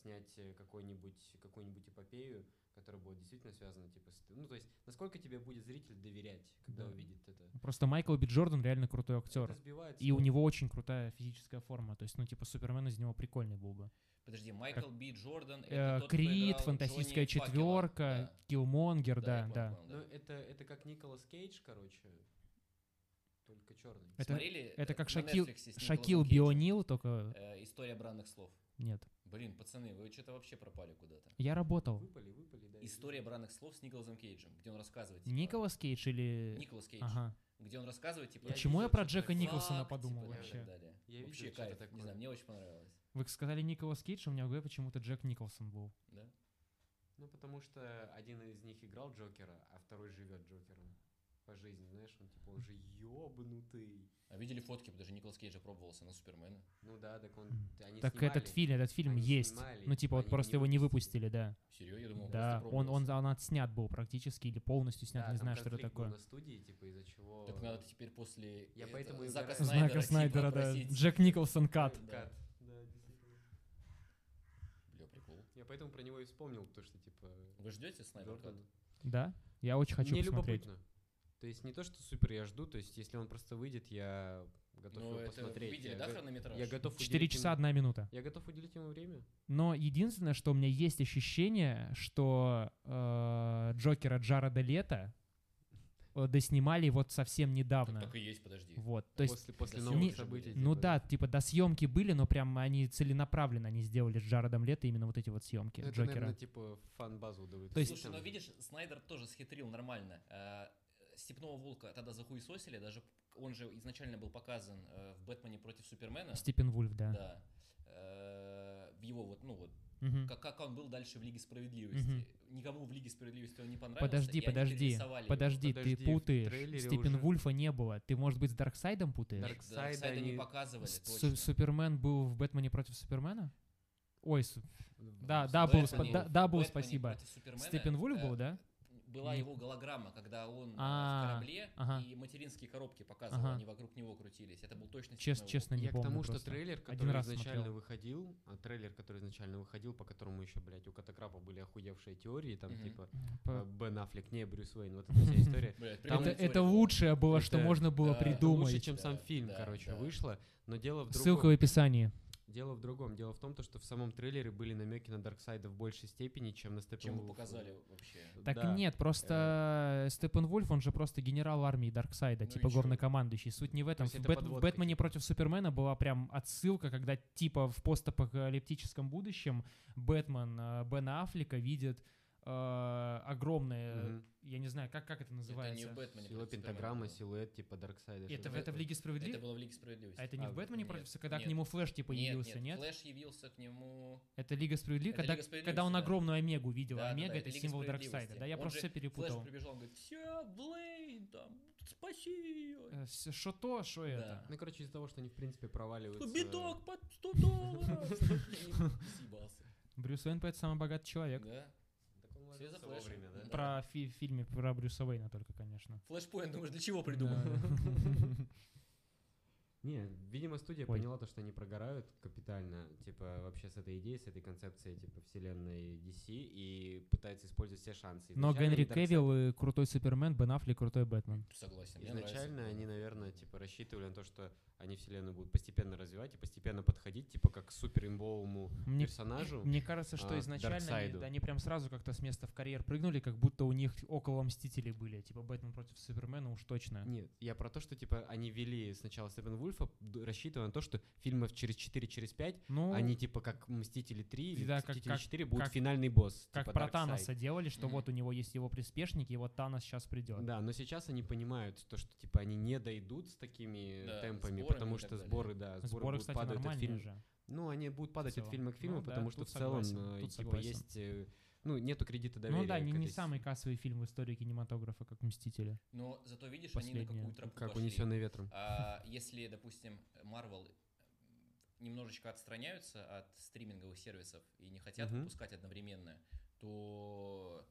Speaker 4: снять э, какой-нибудь, какую-нибудь эпопею, которая будет действительно связана, типа, с... Ну, то есть, насколько тебе будет зритель доверять, когда
Speaker 2: Да.
Speaker 4: увидит это.
Speaker 2: Просто Майкл Би Джордан реально крутой актер.
Speaker 4: Это сбивает
Speaker 2: И у
Speaker 4: с толку.
Speaker 2: него очень крутая физическая форма. То есть, ну, типа, Супермен из него прикольный был бы.
Speaker 1: Подожди, Майкл Би Джордан. это
Speaker 2: Э,
Speaker 1: тот, кто
Speaker 2: Крид,
Speaker 1: играл
Speaker 2: фантастическая
Speaker 1: Джонни Факела.
Speaker 2: четверка,
Speaker 1: Да.
Speaker 2: Киллмонгер, да,
Speaker 1: я
Speaker 2: да.
Speaker 1: понял,
Speaker 4: Ну, это, это как Николас Кейдж, короче, только черный.
Speaker 2: Это-
Speaker 1: Смотрели?
Speaker 2: это
Speaker 1: э,
Speaker 2: как
Speaker 1: на
Speaker 2: Шакил-
Speaker 1: Netflixе с
Speaker 2: Шакил
Speaker 1: Николасом Кейджем?
Speaker 2: Бионил, только
Speaker 1: Э, История бранных слов.
Speaker 2: нет.
Speaker 1: Блин, пацаны, вы что-то вообще пропали куда-то.
Speaker 2: Я работал.
Speaker 4: Выпали, выпали, да.
Speaker 1: История бранных слов с Николасом Кейджем, где он рассказывает. типа,
Speaker 2: Николас Кейдж или...
Speaker 1: Николас Кейдж.
Speaker 2: Ага.
Speaker 1: где он рассказывает, типа...
Speaker 4: Я
Speaker 2: Почему я
Speaker 4: видел
Speaker 2: про
Speaker 4: что-то
Speaker 2: Джека
Speaker 4: такое.
Speaker 2: Николсона
Speaker 1: «Фак»,
Speaker 2: подумал
Speaker 1: типа, да, и
Speaker 2: вообще?
Speaker 1: так далее.
Speaker 4: Я видел
Speaker 1: вообще
Speaker 4: что-то
Speaker 1: кайф, не
Speaker 4: такое.
Speaker 1: знаю, мне очень понравилось.
Speaker 2: Вы сказали Николас Кейдж, у меня в голове почему-то Джек Николсон был.
Speaker 1: Да?
Speaker 4: Ну, потому что один из них играл Джокера, а второй живет Джокером по жизни, знаешь, он типа уже ёбнутый.
Speaker 1: А видели фотки, потому что Николас Кейдж пробовался на Супермена.
Speaker 4: Ну да, так он...
Speaker 2: М.
Speaker 4: Они
Speaker 2: так
Speaker 4: снимали.
Speaker 2: этот фильм, этот фильм
Speaker 4: они
Speaker 2: есть.
Speaker 4: снимали,
Speaker 2: ну, типа, вот
Speaker 4: они
Speaker 2: просто
Speaker 4: не
Speaker 2: его не
Speaker 4: выпустили.
Speaker 2: выпустили, да.
Speaker 1: Серьезно? Я думал, он
Speaker 2: да,
Speaker 1: просто
Speaker 2: он, он,
Speaker 1: пробовался.
Speaker 2: он отснят был практически или полностью снят,
Speaker 4: Да,
Speaker 2: не
Speaker 4: там
Speaker 2: знаю, что это
Speaker 4: конфликт был
Speaker 2: такое.
Speaker 4: на студии, типа, из-за чего...
Speaker 1: Так надо теперь после
Speaker 4: Я
Speaker 1: это,
Speaker 4: поэтому и
Speaker 1: Зака
Speaker 4: угораю.
Speaker 1: Снайдера,
Speaker 2: Знака Снайдера,
Speaker 1: типа,
Speaker 2: да.
Speaker 1: просить.
Speaker 2: Джек Николсон кат.
Speaker 1: Да.
Speaker 4: Кат. Да, действительно.
Speaker 1: Бля, прикол.
Speaker 4: Я поэтому про него и вспомнил, потому что, типа,
Speaker 1: Вы ждете Снайдер кат?
Speaker 4: Джордан...
Speaker 2: Да? Я очень хочу
Speaker 4: Мне
Speaker 2: посмотреть.
Speaker 4: любопытно. То есть не то, что супер я жду, то есть если он просто выйдет, я готов
Speaker 1: Ну,
Speaker 4: его
Speaker 1: это
Speaker 4: посмотреть.
Speaker 1: видели,
Speaker 4: я,
Speaker 1: да,
Speaker 4: го-
Speaker 1: хронометраж?
Speaker 4: я готов
Speaker 2: Четыре
Speaker 4: уделить
Speaker 2: часа
Speaker 4: ему-
Speaker 2: одна минута.
Speaker 4: Я готов уделить ему время.
Speaker 2: Но единственное, что у меня есть ощущение, что э, Джокера Джареда Лето э, доснимали вот совсем
Speaker 1: Так,
Speaker 2: недавно.
Speaker 1: так и есть, подожди.
Speaker 2: Вот, то есть,
Speaker 4: после, после
Speaker 1: это
Speaker 4: новых
Speaker 2: не-
Speaker 4: событий.
Speaker 1: Ну
Speaker 2: ну
Speaker 4: типа,
Speaker 2: да, типа до съемки были, но прям они целенаправленно они сделали с Джаредом Лето именно вот эти вот съемки
Speaker 4: Это,
Speaker 2: Джокера.
Speaker 4: наверное, типа фан-базу удовлетворить.
Speaker 2: То есть-
Speaker 1: Слушай, ну видишь, Снайдер тоже схитрил нормально. Э, Степного волка тогда захуесосили, даже он же изначально был показан э, в Бэтмене против Супермена.
Speaker 2: Степен Вульф, да.
Speaker 1: Да. Э, В его вот, ну вот,
Speaker 2: Мгм.
Speaker 1: как, как он был дальше в Лиге Справедливости. Никому в Лиге Справедливости он не понравился.
Speaker 2: Подожди,
Speaker 1: и они
Speaker 2: подожди,
Speaker 1: перерисовали его.
Speaker 2: подожди,
Speaker 4: Подожди,
Speaker 2: ты
Speaker 4: в
Speaker 2: путаешь.
Speaker 4: трейлере
Speaker 2: Степен
Speaker 4: уже-
Speaker 2: Вульфа не было. Ты, может быть, с Дарксайдом путаешь?
Speaker 4: Дарк-
Speaker 1: Да, Дарксайда
Speaker 4: Дарксайда
Speaker 1: не
Speaker 4: они-
Speaker 1: показывали,
Speaker 2: С-
Speaker 1: точно.
Speaker 2: Су- Супермен был в Бэтмене против Супермена? Ой, су-
Speaker 4: В-
Speaker 2: да,
Speaker 4: в
Speaker 2: да, был,
Speaker 4: Бэтмене
Speaker 2: спа-
Speaker 1: Бэтмене-
Speaker 2: да,
Speaker 1: в
Speaker 2: да, был,
Speaker 1: Бэтмене
Speaker 2: спасибо.
Speaker 1: против Супермена,
Speaker 2: Степен Вульф
Speaker 1: э,
Speaker 2: был, да?
Speaker 1: Была
Speaker 2: Не-
Speaker 1: его голограмма, когда он э,
Speaker 2: А,
Speaker 1: в корабле
Speaker 2: ага.
Speaker 1: и материнские коробки показывал,
Speaker 2: Ага.
Speaker 1: они вокруг него крутились. Это был точно Степной
Speaker 2: Чес-
Speaker 1: волк.
Speaker 2: честно, не
Speaker 4: Я к
Speaker 2: помню
Speaker 4: тому,
Speaker 2: просто.
Speaker 4: что трейлер, который
Speaker 2: раз
Speaker 4: изначально
Speaker 2: смотрел.
Speaker 4: выходил, а трейлер, который изначально выходил, по которому еще, блядь, у Катакрапа были охуевшие теории, там,
Speaker 1: Мгм.
Speaker 4: типа,
Speaker 2: По-
Speaker 4: э, Бен Аффлек, не Брюс Уэйн, вот эта вся история.
Speaker 1: Бля, это
Speaker 4: Там-
Speaker 2: это,
Speaker 1: прикольная
Speaker 2: это
Speaker 1: теория была.
Speaker 2: лучшее было, что
Speaker 4: Это-
Speaker 2: можно было
Speaker 1: да, это
Speaker 2: придумать.
Speaker 4: Лучше, чем
Speaker 1: Да,
Speaker 4: сам фильм,
Speaker 1: да,
Speaker 4: короче,
Speaker 1: да.
Speaker 4: вышло, но дело в другом.
Speaker 2: Ссылка в описании.
Speaker 4: Дело в другом. Дело в том, то, что в самом трейлере были намеки на Дарксайда в большей степени, чем на Степен
Speaker 1: Чем мы показали вообще.
Speaker 2: Так нет, просто Степен Вульф, он же просто генерал армии Дарксайда,
Speaker 1: Ну и
Speaker 2: типа
Speaker 1: чё?
Speaker 2: главнокомандующий. Суть не в этом.
Speaker 4: есть
Speaker 2: В,
Speaker 4: это
Speaker 2: Бэт- в
Speaker 4: подводка,
Speaker 2: Бэтмене
Speaker 4: типа.
Speaker 2: против Супермена была прям отсылка, когда типа в постапокалиптическом будущем Бэтмен э, Бена Аффлека видит э, огромное, я не знаю, как, как это
Speaker 1: Это
Speaker 2: называется.
Speaker 1: не в Бэтмене.
Speaker 4: Сила
Speaker 1: против Супермена
Speaker 4: пентаграмма,
Speaker 1: было.
Speaker 4: силуэт типа Дарксайда.
Speaker 2: это,
Speaker 4: что-то
Speaker 2: в, это в
Speaker 4: такое.
Speaker 2: Лиге
Speaker 1: Это
Speaker 2: Справедливости?
Speaker 1: было в Лиге Справедливости.
Speaker 2: А это не
Speaker 4: А,
Speaker 2: в Бэтмене
Speaker 1: нет,
Speaker 2: против, когда
Speaker 1: нет.
Speaker 2: к нему Флэш типа
Speaker 1: Нет,
Speaker 2: явился, нет?
Speaker 1: Флэш явился к нему...
Speaker 2: Это Лига Справедливости,
Speaker 1: Это
Speaker 2: когда,
Speaker 1: Лига Справедливости,
Speaker 2: когда он
Speaker 1: да.
Speaker 2: огромную Омегу видел.
Speaker 1: Да, да,
Speaker 2: Омега
Speaker 1: да,
Speaker 2: это
Speaker 1: Лига
Speaker 2: символ Дарксайда.
Speaker 1: Справедливости.
Speaker 2: Да, я
Speaker 1: Он
Speaker 2: просто
Speaker 1: же- типа
Speaker 2: все перепутал.
Speaker 1: Флэш прибежал, он говорит, все, Блейд, там, спаси ее.
Speaker 2: Э, с- Что то, что
Speaker 1: Да.
Speaker 2: это?
Speaker 4: Ну, короче, из-за того, что они, в принципе, проваливаются...
Speaker 1: Биток под 100 долларов. Съебался.
Speaker 2: Брюс Уэйн, поэт самый богатый человек.
Speaker 1: Да.
Speaker 4: Так он
Speaker 1: Все за
Speaker 4: ложится
Speaker 1: флешем.
Speaker 4: вовремя, да?
Speaker 1: Да.
Speaker 2: Про фи- фильме про Брюса Уэйна только, конечно.
Speaker 1: Флэшпоинт, думаешь, для чего придумал?
Speaker 2: Да.
Speaker 4: Не, видимо, студия
Speaker 2: Ой.
Speaker 4: поняла то, что они прогорают капитально, типа, вообще с этой идеей, с этой концепцией, типа, вселенной DC, и пытается использовать все шансы.
Speaker 2: Но
Speaker 4: Изначально
Speaker 2: Генри
Speaker 4: Дарксайд-
Speaker 2: Кевилл и крутой Супермен, Бен Аффлек крутой Бэтмен.
Speaker 1: Согласен. мне нравится.
Speaker 4: Изначально они, наверное, типа рассчитывали на то, что они вселенную будут постепенно развивать и постепенно подходить, типа как к суперимбовому
Speaker 2: Мне-
Speaker 4: персонажу.
Speaker 2: Мне кажется, что
Speaker 4: А,
Speaker 2: изначально они,
Speaker 4: Дарксайду.
Speaker 2: да, они прям сразу как-то с места в карьер прыгнули, как будто у них около Мстителей были. Типа Бэтмен против Супермена уж точно.
Speaker 4: Нет, я про то, что типа они вели сначала Степен Вульфа, д- рассчитывая на то, что фильмов через 4, через 5,
Speaker 2: Ну,
Speaker 4: они типа как Мстители 3 или
Speaker 2: Да, как-
Speaker 4: Мстители
Speaker 2: как-
Speaker 4: 4 будут
Speaker 2: как-
Speaker 4: финальный босс.
Speaker 2: как
Speaker 4: типа
Speaker 2: про
Speaker 4: Darkseid.
Speaker 2: Таноса делали, что
Speaker 1: Мгм.
Speaker 2: вот у него есть его приспешники, и вот Танос сейчас придет.
Speaker 4: Да, но сейчас они понимают то, что типа они не дойдут с такими
Speaker 1: Да,
Speaker 4: темпами,
Speaker 1: сборами
Speaker 4: потому
Speaker 1: и так
Speaker 4: что
Speaker 1: далее.
Speaker 4: сборы, да, сборы,
Speaker 2: Сборы,
Speaker 4: будут
Speaker 2: кстати,
Speaker 4: падать а от
Speaker 2: нормальные
Speaker 4: фильма.
Speaker 2: же.
Speaker 4: Ну, они будут падать от
Speaker 2: целом.
Speaker 4: фильма к фильму,
Speaker 2: Ну да,
Speaker 4: потому что
Speaker 2: тут
Speaker 4: в целом
Speaker 2: согласен,
Speaker 4: э,
Speaker 2: тут
Speaker 4: типа
Speaker 2: согласен.
Speaker 4: есть, э, ну, нету кредита доверия.
Speaker 2: Ну да, не,
Speaker 4: к
Speaker 2: не
Speaker 4: этой с-
Speaker 2: самый кассовый фильм в истории кинематографа, как «Мстители».
Speaker 1: Но зато видишь, они на
Speaker 2: Последняя.
Speaker 1: какую тропу
Speaker 4: Как
Speaker 1: пошли.
Speaker 4: унесенный ветром.
Speaker 1: А, если, допустим, Marvel немножечко отстраняются от стриминговых сервисов и не хотят
Speaker 4: Мгм.
Speaker 1: выпускать одновременно, то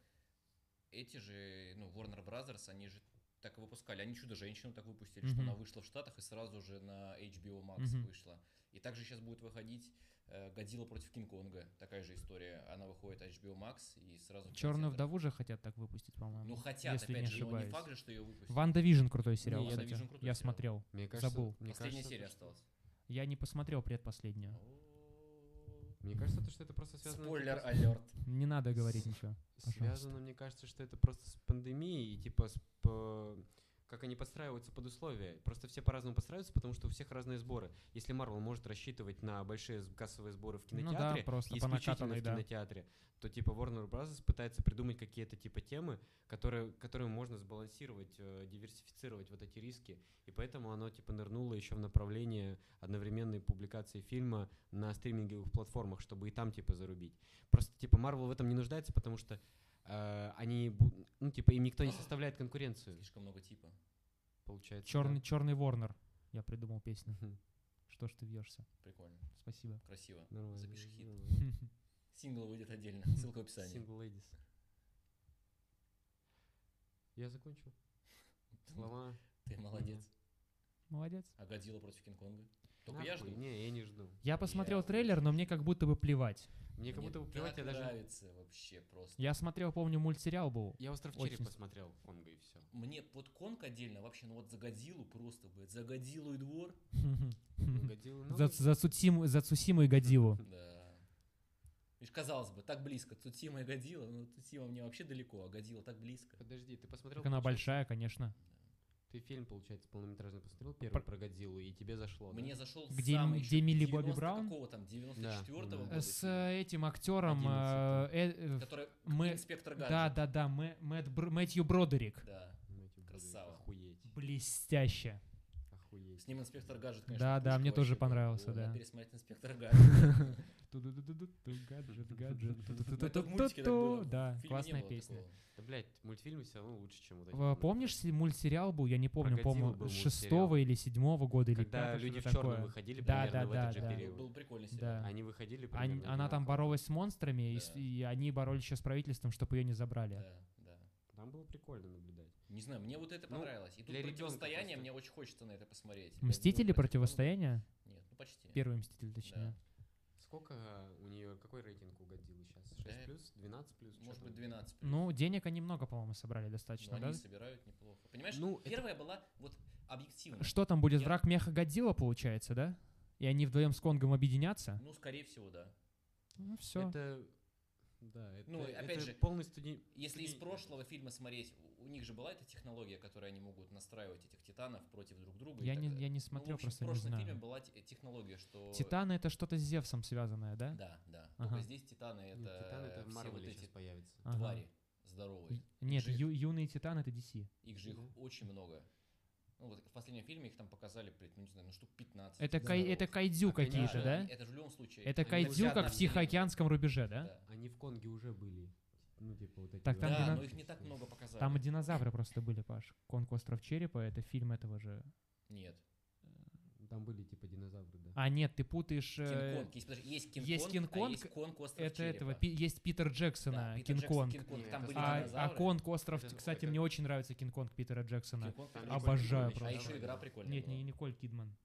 Speaker 1: эти же, ну, Warner Brothers, они же так и выпускали. Они «Чудо-женщину» так выпустили, что
Speaker 2: Мгм.
Speaker 1: она вышла в Штатах и сразу же на HBO Max
Speaker 2: Мгм.
Speaker 1: вышла. И также сейчас будет выходить э, «Годзилла против Кинг-Конга». Такая же история. Она выходит HBO Max и сразу... в
Speaker 2: Черную
Speaker 1: кинотеатрах.
Speaker 2: вдову же хотят так выпустить, по-моему.
Speaker 1: Ну, хотят,
Speaker 2: если
Speaker 1: опять
Speaker 2: не
Speaker 1: же, но не
Speaker 2: ошибаюсь.
Speaker 1: факт же, что ее выпустят.
Speaker 2: Ванда Вижн крутой сериал,
Speaker 4: я
Speaker 2: кстати.
Speaker 1: «Вандавижн» крутой
Speaker 2: я
Speaker 1: сериал.
Speaker 2: смотрел.
Speaker 4: Мне кажется,
Speaker 2: Забыл.
Speaker 4: Мне
Speaker 1: Последняя
Speaker 4: кажется,
Speaker 1: серия
Speaker 4: то, что-
Speaker 1: осталась.
Speaker 2: Я не посмотрел предпоследнюю.
Speaker 4: Мне кажется, то, что это просто связано...
Speaker 1: Спойлер
Speaker 4: типа,
Speaker 1: алерт.
Speaker 2: Не надо говорить ничего.
Speaker 4: с-
Speaker 2: пожалуйста.
Speaker 4: Связано, мне кажется, что это просто с пандемией и типа с по- как они подстраиваются под условия. Просто все по-разному подстраиваются, потому что у всех разные сборы. Если Марвел может рассчитывать на большие с- кассовые сборы в
Speaker 2: Ну да,
Speaker 4: кинотеатре,
Speaker 2: просто
Speaker 4: и
Speaker 2: по
Speaker 4: исключительно
Speaker 2: накатанной,
Speaker 4: в
Speaker 2: да.
Speaker 4: кинотеатре, то типа Warner Bros. пытается придумать какие-то типа темы, которые, которыми можно сбалансировать, э, диверсифицировать вот эти риски. И поэтому оно типа нырнуло еще в направление одновременной публикации фильма на стриминговых платформах, чтобы и там типа зарубить. Просто типа Marvel в этом не нуждается, потому что э, они, бу- ну типа им никто не составляет конкуренцию,
Speaker 1: Слишком много типа.
Speaker 4: получается. да.
Speaker 2: Черный, черный Ворнер. Я придумал песню.
Speaker 4: Мгм.
Speaker 2: Что ж ты вьешься?
Speaker 1: Прикольно.
Speaker 2: Спасибо.
Speaker 1: Красиво.
Speaker 4: Нормально,
Speaker 1: Запиши хит.
Speaker 4: нормально.
Speaker 1: Сингл выйдет отдельно.
Speaker 2: Хм.
Speaker 1: Ссылка в описании.
Speaker 4: Single ladies. Я закончил. Слова.
Speaker 1: Ты молодец.
Speaker 2: Молодец.
Speaker 1: А Годзилла против Кинг-Конга? Только
Speaker 4: Нахуй,
Speaker 1: я жду.
Speaker 4: Не, я не жду.
Speaker 2: Я посмотрел
Speaker 1: Я-
Speaker 2: трейлер, но мне как будто бы плевать.
Speaker 4: Мне как
Speaker 1: Мне
Speaker 4: будто бы плевать, я
Speaker 1: так
Speaker 4: даже...
Speaker 1: нравится вообще просто.
Speaker 2: Я смотрел, помню, мультсериал был.
Speaker 4: Я «Остров
Speaker 2: Очень
Speaker 4: череп»
Speaker 2: с-
Speaker 4: посмотрел, Конго, и все.
Speaker 1: Мне вот Конг отдельно вообще, ну вот за Годзиллу просто, блядь, за Годзиллу и двор.
Speaker 4: Ну,
Speaker 2: Хм.
Speaker 4: Годзилла много?
Speaker 2: За, за, Цусиму, за Цусиму и Годзиллу.
Speaker 1: Да. Видишь, казалось бы, так близко. Цутима и Годзилла, ну Цутима мне вообще далеко, а Годзилла так близко.
Speaker 4: Подожди, ты посмотрел...
Speaker 2: Так она
Speaker 4: получается,
Speaker 2: большая, конечно.
Speaker 4: Ты фильм, получается, полнометражный посмотрел, первый
Speaker 2: Пр-
Speaker 4: про Годзиллу, и тебе зашло, да?
Speaker 1: Мне зашел
Speaker 2: Где-
Speaker 1: самый
Speaker 2: где
Speaker 1: ещё
Speaker 2: Милли Бобби
Speaker 1: 90
Speaker 2: Браун?
Speaker 1: Какого там, 94-го
Speaker 4: Да, да.
Speaker 1: года.
Speaker 2: Э, С э, этим актером... э, э,
Speaker 1: фильм,
Speaker 2: э,
Speaker 1: Который
Speaker 2: мы-
Speaker 1: инспектор Гаджет.
Speaker 2: Да, да, да, Мэ- Мэтт Бр- Мэтью Бродерик.
Speaker 1: Да.
Speaker 4: Мать его,
Speaker 1: Красава.
Speaker 4: Охуеть,
Speaker 2: Блестяще.
Speaker 4: охуеть.
Speaker 1: С ним инспектор Гаджет, конечно,
Speaker 2: Да, да,
Speaker 1: пушка
Speaker 2: мне тоже
Speaker 1: вообще был.
Speaker 2: понравился,
Speaker 1: О, надо
Speaker 2: да.
Speaker 1: пересмотреть инспектора Гаджет.
Speaker 2: Гаджет, гаджет.
Speaker 1: Ну, это в мультике так было. В
Speaker 2: Да,
Speaker 1: фильме не
Speaker 2: классная
Speaker 1: было
Speaker 2: песня.
Speaker 1: такого.
Speaker 4: Да, блядь, мультфильмы все равно лучше, чем вот эти.
Speaker 2: В- Помнишь си- мультсериал был, я не помню,
Speaker 4: Годзиллу
Speaker 2: помню,
Speaker 4: был
Speaker 2: с
Speaker 4: мультсериал.
Speaker 2: шестого или седьмого года или
Speaker 4: Когда
Speaker 2: пятого,
Speaker 4: люди в
Speaker 2: что-то
Speaker 4: черном
Speaker 2: такое.
Speaker 4: выходили
Speaker 2: Да,
Speaker 4: примерно
Speaker 2: да,
Speaker 4: в этот
Speaker 2: да,
Speaker 4: же
Speaker 2: да.
Speaker 1: Был,
Speaker 4: период.
Speaker 1: был прикольный сериал.
Speaker 2: Да.
Speaker 4: Они выходили
Speaker 2: Ань-
Speaker 4: примерно
Speaker 2: она там
Speaker 4: одинаково.
Speaker 2: боролась с монстрами, и, с-
Speaker 1: Да.
Speaker 2: и они боролись еще с правительством, чтобы ее не забрали.
Speaker 1: Да, да.
Speaker 4: Там было прикольно наблюдать.
Speaker 1: Не знаю, мне вот это
Speaker 4: Ну,
Speaker 1: понравилось. И тут
Speaker 4: для ребёнка
Speaker 1: противостояние,
Speaker 4: просто.
Speaker 1: мне очень хочется на это посмотреть.
Speaker 2: Мстители
Speaker 1: Годзилла против
Speaker 2: противостояния?
Speaker 1: Конга. Нет, ну почти.
Speaker 2: Первый мститель,
Speaker 1: Да.
Speaker 2: точнее.
Speaker 4: Сколько э, у нее, какой рейтинг у Годзиллы сейчас?
Speaker 1: Э,
Speaker 4: 6 плюс, 12 плюс? Чё
Speaker 1: Может
Speaker 4: там?
Speaker 1: быть, 12 плюс.
Speaker 2: Ну, денег они много, по-моему, собрали
Speaker 1: Но
Speaker 2: достаточно,
Speaker 1: они
Speaker 2: да?
Speaker 1: собирают неплохо. Понимаешь,
Speaker 4: Ну, это-
Speaker 1: первая была вот объективно.
Speaker 2: Что там будет?
Speaker 1: Я-
Speaker 2: Враг меха Годзилла, получается, да? И они вдвоем с Конгом объединятся?
Speaker 1: Ну, скорее всего, да.
Speaker 2: Ну, все.
Speaker 4: Это, да, это,
Speaker 1: Ну, и опять
Speaker 4: это
Speaker 1: же,
Speaker 4: полностью не...
Speaker 1: Если
Speaker 4: не-
Speaker 1: из прошлого фильма смотреть, у- у них же была эта технология, которой они могут настраивать этих титанов против друг друга. и
Speaker 2: Я
Speaker 1: так
Speaker 2: не,
Speaker 1: далее.
Speaker 2: я не
Speaker 1: Ну, в
Speaker 2: смотрел,
Speaker 1: общем,
Speaker 2: просто
Speaker 1: В
Speaker 2: не
Speaker 1: прошлом
Speaker 2: знаю.
Speaker 1: фильме была те- технология, что...
Speaker 2: Титаны это что-то с Зевсом связанное, да?
Speaker 1: Да, да.
Speaker 2: Ага.
Speaker 1: Только здесь титаны это...
Speaker 4: Нет, Титаны это в
Speaker 1: все вот
Speaker 4: Марвеле
Speaker 1: эти
Speaker 4: сейчас появится.
Speaker 2: Ага.
Speaker 1: твари здоровые.
Speaker 2: И- Нет,
Speaker 1: Жи-
Speaker 2: ю- юные титаны это DC.
Speaker 1: Их же их
Speaker 4: Мгм.
Speaker 1: очень много. Ну вот в последнем фильме их там показали, блядь, ну не знаю, ну штук 15.
Speaker 2: Это,
Speaker 1: да,
Speaker 2: кай-
Speaker 1: здоровых.
Speaker 2: это кайдзю
Speaker 4: А, конечно,
Speaker 2: какие-то, да?
Speaker 1: Это же в любом случае.
Speaker 2: Это
Speaker 1: они
Speaker 2: кайдзю
Speaker 1: друзья
Speaker 2: как
Speaker 1: на
Speaker 2: в
Speaker 1: все время.
Speaker 2: Тихоокеанском рубеже, да?
Speaker 1: Да,
Speaker 4: Они в Конге уже были. Ну, типа вот эти
Speaker 2: Так
Speaker 4: вот-
Speaker 2: там,
Speaker 1: Да,
Speaker 2: где
Speaker 1: но
Speaker 2: надо-
Speaker 1: их не так много показали.
Speaker 2: Там и динозавры просто были, Паш. Конг Остров Черепа, это фильм этого же.
Speaker 1: Нет.
Speaker 4: Там были типа динозавры, да.
Speaker 2: А, нет, ты путаешь... э,
Speaker 1: Кинг-Конг. Есть, подожди, есть Кинг-Конг,
Speaker 2: есть
Speaker 1: а
Speaker 2: Кинг-Конг,
Speaker 1: есть Конг Остров
Speaker 2: это
Speaker 1: Черепа.
Speaker 2: этого, Пи- есть Питер Джексона,
Speaker 1: Да, Питер Джексон,
Speaker 2: Кинг-Конг.
Speaker 1: Кинг-Конг.
Speaker 4: Не,
Speaker 1: Там
Speaker 4: это
Speaker 1: были
Speaker 2: а, а
Speaker 1: динозавры.
Speaker 2: Конг Остров,
Speaker 4: Это-
Speaker 2: кстати,
Speaker 4: это-
Speaker 2: мне очень нравится Кинг-Конг Питера Джексона.
Speaker 1: Кинг-Конг
Speaker 4: Там
Speaker 1: прикольный.
Speaker 2: Обожаю
Speaker 1: А
Speaker 2: просто.
Speaker 1: еще игра прикольная
Speaker 2: Нет,
Speaker 1: была.
Speaker 2: не Николь Кидман.